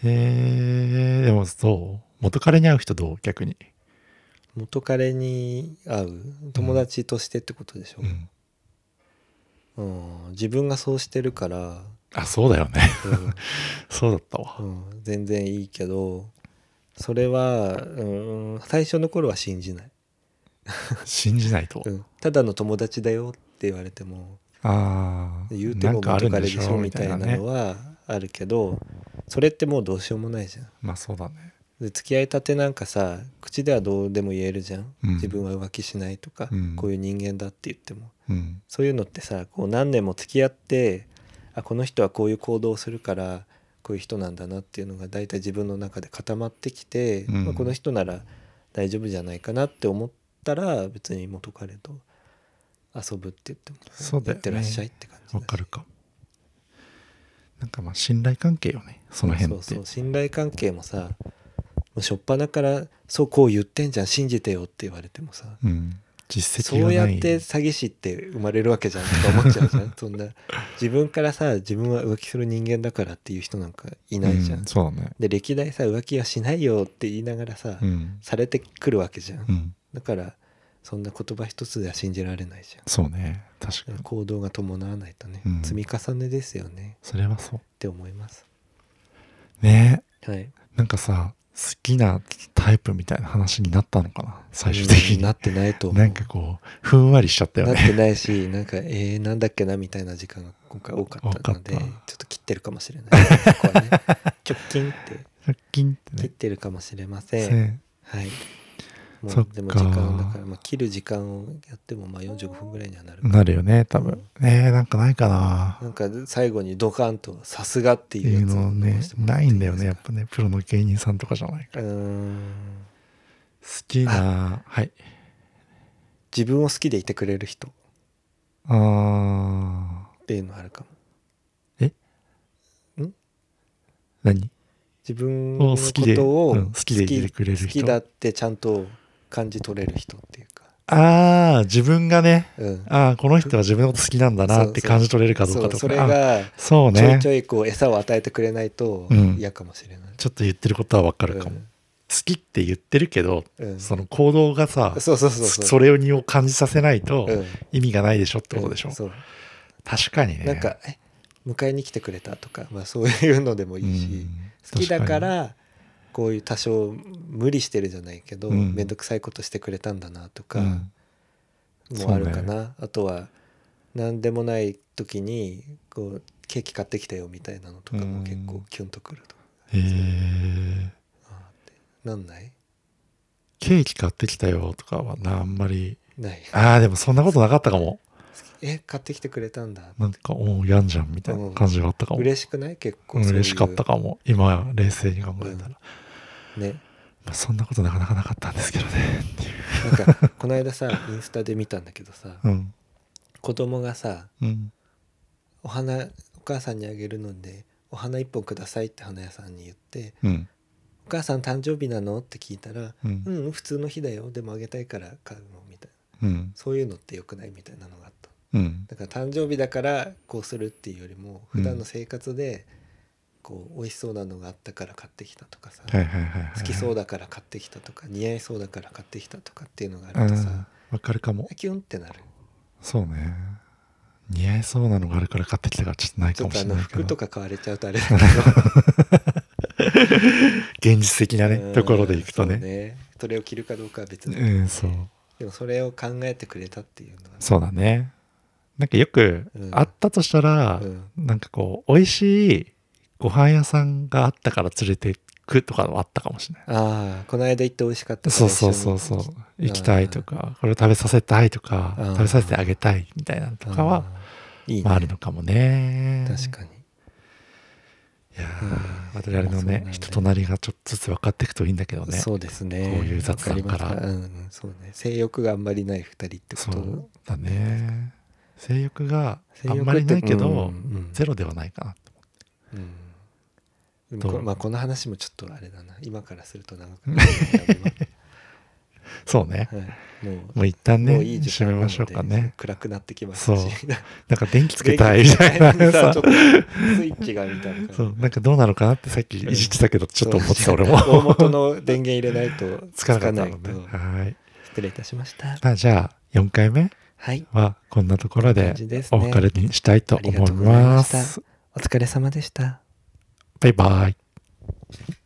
Speaker 2: へえ、でもそう。元彼に会う人どう逆に。
Speaker 1: 元彼に会う友達としてってことでしょ
Speaker 2: う、ん。
Speaker 1: うん自分がそうしてる から、
Speaker 2: あ、そうだよね。
Speaker 1: うん
Speaker 2: そうだったわ。
Speaker 1: うん、全然いいけどそれは、うん、最初の頃は信じない、
Speaker 2: 信じないと
Speaker 1: う。ん、ただの友達だよって言われても
Speaker 2: ああ。
Speaker 1: 言うて
Speaker 2: な
Speaker 1: も
Speaker 2: んかあ
Speaker 1: 元
Speaker 2: るん
Speaker 1: 彼
Speaker 2: で
Speaker 1: で
Speaker 2: し
Speaker 1: しょ
Speaker 2: ょ
Speaker 1: み
Speaker 2: み
Speaker 1: た
Speaker 2: た
Speaker 1: い
Speaker 2: い
Speaker 1: な
Speaker 2: なね
Speaker 1: の。はあるけどそれってもうどうしようもないじゃん
Speaker 2: まあそうだね。
Speaker 1: で付き合いたてなんかさ口ではどうでも言えるじゃん、
Speaker 2: うん
Speaker 1: 自分は浮気しないとか、
Speaker 2: うん
Speaker 1: こういう人間だって言っても
Speaker 2: うん。
Speaker 1: そういうのってさこう何年も付き合ってあこの人はこういう行動をするからこういう人なんだなっていうのが大体自分の中で固まってきて、
Speaker 2: うん
Speaker 1: まあ、この人なら大丈夫じゃないかなって思ったら別に元彼と遊ぶって言っても
Speaker 2: そうだよね
Speaker 1: やってらっしゃいって感じだ
Speaker 2: わ
Speaker 1: し
Speaker 2: かるか。なんかまあ信頼関係よね。その辺って。
Speaker 1: そうそう信頼関係もさもう初っ端から「そうこう言ってんじゃん信じてよ」って言われてもさ、
Speaker 2: うん。実
Speaker 1: そ
Speaker 2: 績が
Speaker 1: うやっ
Speaker 2: ない。
Speaker 1: て詐欺師って生まれるわけじゃんとか思っちゃうじゃ んそんな自分からさ自分は浮気する人間だからっていう人なんかいないじゃん、
Speaker 2: うんそうだね。
Speaker 1: で歴代さ浮気はしないよって言いながらさ、
Speaker 2: うん。
Speaker 1: されてくるわけじゃん、
Speaker 2: うん。
Speaker 1: だからそんな言葉一つでは信じられないじゃ
Speaker 2: そうね。確か
Speaker 1: ん
Speaker 2: に。
Speaker 1: 行動が伴わないとね、
Speaker 2: うん
Speaker 1: 積み重ねですよね
Speaker 2: それはそう
Speaker 1: っ。て思います
Speaker 2: ね
Speaker 1: はい
Speaker 2: えなんかさ、好きなタイプみたいな話になったのかな最終的
Speaker 1: うん
Speaker 2: に。
Speaker 1: なってないと思う
Speaker 2: なんかこう、ふんわりしちゃったよ
Speaker 1: なっ
Speaker 2: ね。
Speaker 1: てないし、なんか、えー、なんだっけなみたいな時間が今回多かったので、ち
Speaker 2: 多
Speaker 1: ょ
Speaker 2: かった
Speaker 1: っと切ってるかもしれない。そこは ね、直近って
Speaker 2: 100均って
Speaker 1: 切っ
Speaker 2: ね。
Speaker 1: てるかもしれません。
Speaker 2: せ
Speaker 1: はい。
Speaker 2: そ
Speaker 1: もう
Speaker 2: っか
Speaker 1: でも時間だから、まあ、切る時間をやってもまあ45分ぐらいにはなるか
Speaker 2: なるよね、多分。ねえなんかないかな
Speaker 1: なんか最後にドカンとさすがって
Speaker 2: って
Speaker 1: い
Speaker 2: いう
Speaker 1: や
Speaker 2: う
Speaker 1: つを
Speaker 2: のね
Speaker 1: 残して、もらっ
Speaker 2: な
Speaker 1: て
Speaker 2: い
Speaker 1: い
Speaker 2: ん
Speaker 1: い
Speaker 2: だ
Speaker 1: で
Speaker 2: よ
Speaker 1: す
Speaker 2: ね、やっ
Speaker 1: か
Speaker 2: ぱね、プロの芸人さんとかじゃないか
Speaker 1: う
Speaker 2: ら。
Speaker 1: ーん
Speaker 2: 好きな、はい。
Speaker 1: 自分を好きでいてくれる人っ
Speaker 2: あー、
Speaker 1: ていうのはあるかも
Speaker 2: 何
Speaker 1: 自分の
Speaker 2: を好
Speaker 1: こ
Speaker 2: きで
Speaker 1: とを
Speaker 2: うん好きでいてくれる人
Speaker 1: 好き好きだってちゃんと感じ取れる人っていうか
Speaker 2: あー、自分がね、
Speaker 1: うん
Speaker 2: ああ、この人は自分のこと好きなんだなって感じ取れるかどう
Speaker 1: そ
Speaker 2: か
Speaker 1: う
Speaker 2: と
Speaker 1: そ
Speaker 2: か
Speaker 1: れ。
Speaker 2: あ
Speaker 1: が
Speaker 2: そう
Speaker 1: ちょい
Speaker 2: ね。
Speaker 1: ち
Speaker 2: ち
Speaker 1: ょいこう餌を与えてくれないと
Speaker 2: うん
Speaker 1: 嫌かもしれない、
Speaker 2: ょっと言ってることはわかるかも。好きって言ってるけど、
Speaker 1: うんうん
Speaker 2: その行動がさ、
Speaker 1: そうそうそう
Speaker 2: そ
Speaker 1: そう
Speaker 2: それにを感じさせないと
Speaker 1: うん
Speaker 2: 意味がないでしょってことでしょ
Speaker 1: うん。そう
Speaker 2: 確かにね。
Speaker 1: なんか「え迎えに来てくれた」とか、まあ、そういうのでも
Speaker 2: うん、
Speaker 1: いいし、好きだからこういう多少無理してるじゃないけど
Speaker 2: う
Speaker 1: 面
Speaker 2: ん
Speaker 1: 倒、くさいことしてくれたんだなと
Speaker 2: 確か
Speaker 1: か
Speaker 2: に、うん
Speaker 1: もあるかな、あとは何でもない時にこうケーキ買ってきたよみたいなのとかも結構キュンとくるとか、
Speaker 2: へえ
Speaker 1: あーってなんない
Speaker 2: ケーキ買ってきたよとかはな、あんまり。
Speaker 1: ない
Speaker 2: ああ、でもそんなことなかったかも。
Speaker 1: え買ってきてくれたんだ
Speaker 2: なんか、おう、やんじゃんみたいな感じがあったかも。
Speaker 1: 嬉しくない結構
Speaker 2: うん
Speaker 1: そういう
Speaker 2: 嬉しかったかも。今、冷静に考えたら。
Speaker 1: ね
Speaker 2: まあ、そんなことなかなかなかったんですけどね。 っていう。
Speaker 1: なん かこの間さインスタで見たんだけどさ
Speaker 2: うん。
Speaker 1: 子供がさ
Speaker 2: うん。
Speaker 1: お花お母さんにあげるのでお花一本くださいって花屋さんに言って
Speaker 2: うん。
Speaker 1: 「お母さん誕生日なの?」って聞いたら「
Speaker 2: う。
Speaker 1: うんん普通の日だよでもあげたいから買うの」みたいな
Speaker 2: うん。
Speaker 1: そういうのってよくないみたいなのがあった
Speaker 2: うん。
Speaker 1: だから誕生日だからこうするっていうよりも普段の生活でこう美味しそうなのがあったから買ってきたとかさ、
Speaker 2: はいはいはいはい。
Speaker 1: 好きそう
Speaker 2: だ
Speaker 1: だから買ってきたとか似合いそうだから買ってきたとかっていうのがあるとさ
Speaker 2: わかるかも。
Speaker 1: キュンってなる
Speaker 2: そうね。似合いそうなのがあるから買ってきたからちょっとない
Speaker 1: ち
Speaker 2: か
Speaker 1: ょっ
Speaker 2: も
Speaker 1: と
Speaker 2: し
Speaker 1: あ
Speaker 2: れ
Speaker 1: の
Speaker 2: ないけ
Speaker 1: 服と
Speaker 2: ど。
Speaker 1: か買われちゃうとあれだけ
Speaker 2: 現実的な
Speaker 1: ど
Speaker 2: ね、 ところでいくと
Speaker 1: うんそう
Speaker 2: ね。
Speaker 1: ねそれを着るかどうかは別
Speaker 2: う
Speaker 1: に、
Speaker 2: ん、そう。
Speaker 1: でもそれを考えてくれたっていうのは
Speaker 2: そうだね。なんかよく
Speaker 1: うん
Speaker 2: あったとしたら、
Speaker 1: うん
Speaker 2: なんかこう、美味しいご飯屋さんがあったから連れてくとかはあったかもしれない。
Speaker 1: ああこの間行って美味しかったから
Speaker 2: そう
Speaker 1: 一緒
Speaker 2: そう
Speaker 1: に
Speaker 2: そうそう。行きたいとか、これを食べさせたいとか、
Speaker 1: うん
Speaker 2: 食べさせてあげたいみたいなのとかは、
Speaker 1: あーいいね、
Speaker 2: まああるのかもね。
Speaker 1: 確かに
Speaker 2: いや
Speaker 1: うん
Speaker 2: ー、我々の
Speaker 1: そうなん
Speaker 2: ね
Speaker 1: だ、よ
Speaker 2: 人となりがちょっとずつ分かっていくといいんだけどね。
Speaker 1: そうですね
Speaker 2: こういう雑談から
Speaker 1: わりましたうんうんそうね性欲があんまりない二人ってこ
Speaker 2: そ
Speaker 1: と
Speaker 2: うだね。性欲が
Speaker 1: 性
Speaker 2: あ
Speaker 1: 欲
Speaker 2: ん
Speaker 1: って
Speaker 2: まりないけ
Speaker 1: うんう
Speaker 2: ど、
Speaker 1: ん
Speaker 2: ゼロではないかな。
Speaker 1: うんでも
Speaker 2: どう
Speaker 1: こまあ、この話もちょっとあれだな今からすると長くなるの で
Speaker 2: そうね
Speaker 1: や。めまはいもう
Speaker 2: もう一旦
Speaker 1: も
Speaker 2: ね、
Speaker 1: ういい時
Speaker 2: 締
Speaker 1: 間
Speaker 2: め
Speaker 1: なの
Speaker 2: ま
Speaker 1: で
Speaker 2: しょうかね。
Speaker 1: 暗くなってきまし
Speaker 2: そ
Speaker 1: た
Speaker 2: う
Speaker 1: し
Speaker 2: なんか電気つけたいみた
Speaker 1: 電気つ
Speaker 2: い
Speaker 1: け
Speaker 2: な
Speaker 1: たい
Speaker 2: さ
Speaker 1: さちょっ。とスイッチがみたいな
Speaker 2: そ
Speaker 1: 感
Speaker 2: う、なんかどうなのかなってさっきいじってたけど、ちょっと思ってた俺も。
Speaker 1: じ大元の電源入れないと
Speaker 2: つかなかった
Speaker 1: ない
Speaker 2: の
Speaker 1: と
Speaker 2: ね。はい。
Speaker 1: 失礼いたしました
Speaker 2: まあじゃあ、4回目
Speaker 1: はい
Speaker 2: はこんなところで
Speaker 1: 感じです
Speaker 2: お
Speaker 1: ね
Speaker 2: 別れにしたいと
Speaker 1: ありが
Speaker 2: 思い
Speaker 1: とうございま
Speaker 2: ま
Speaker 1: した
Speaker 2: す。
Speaker 1: お疲れ様でした
Speaker 2: バイバイ。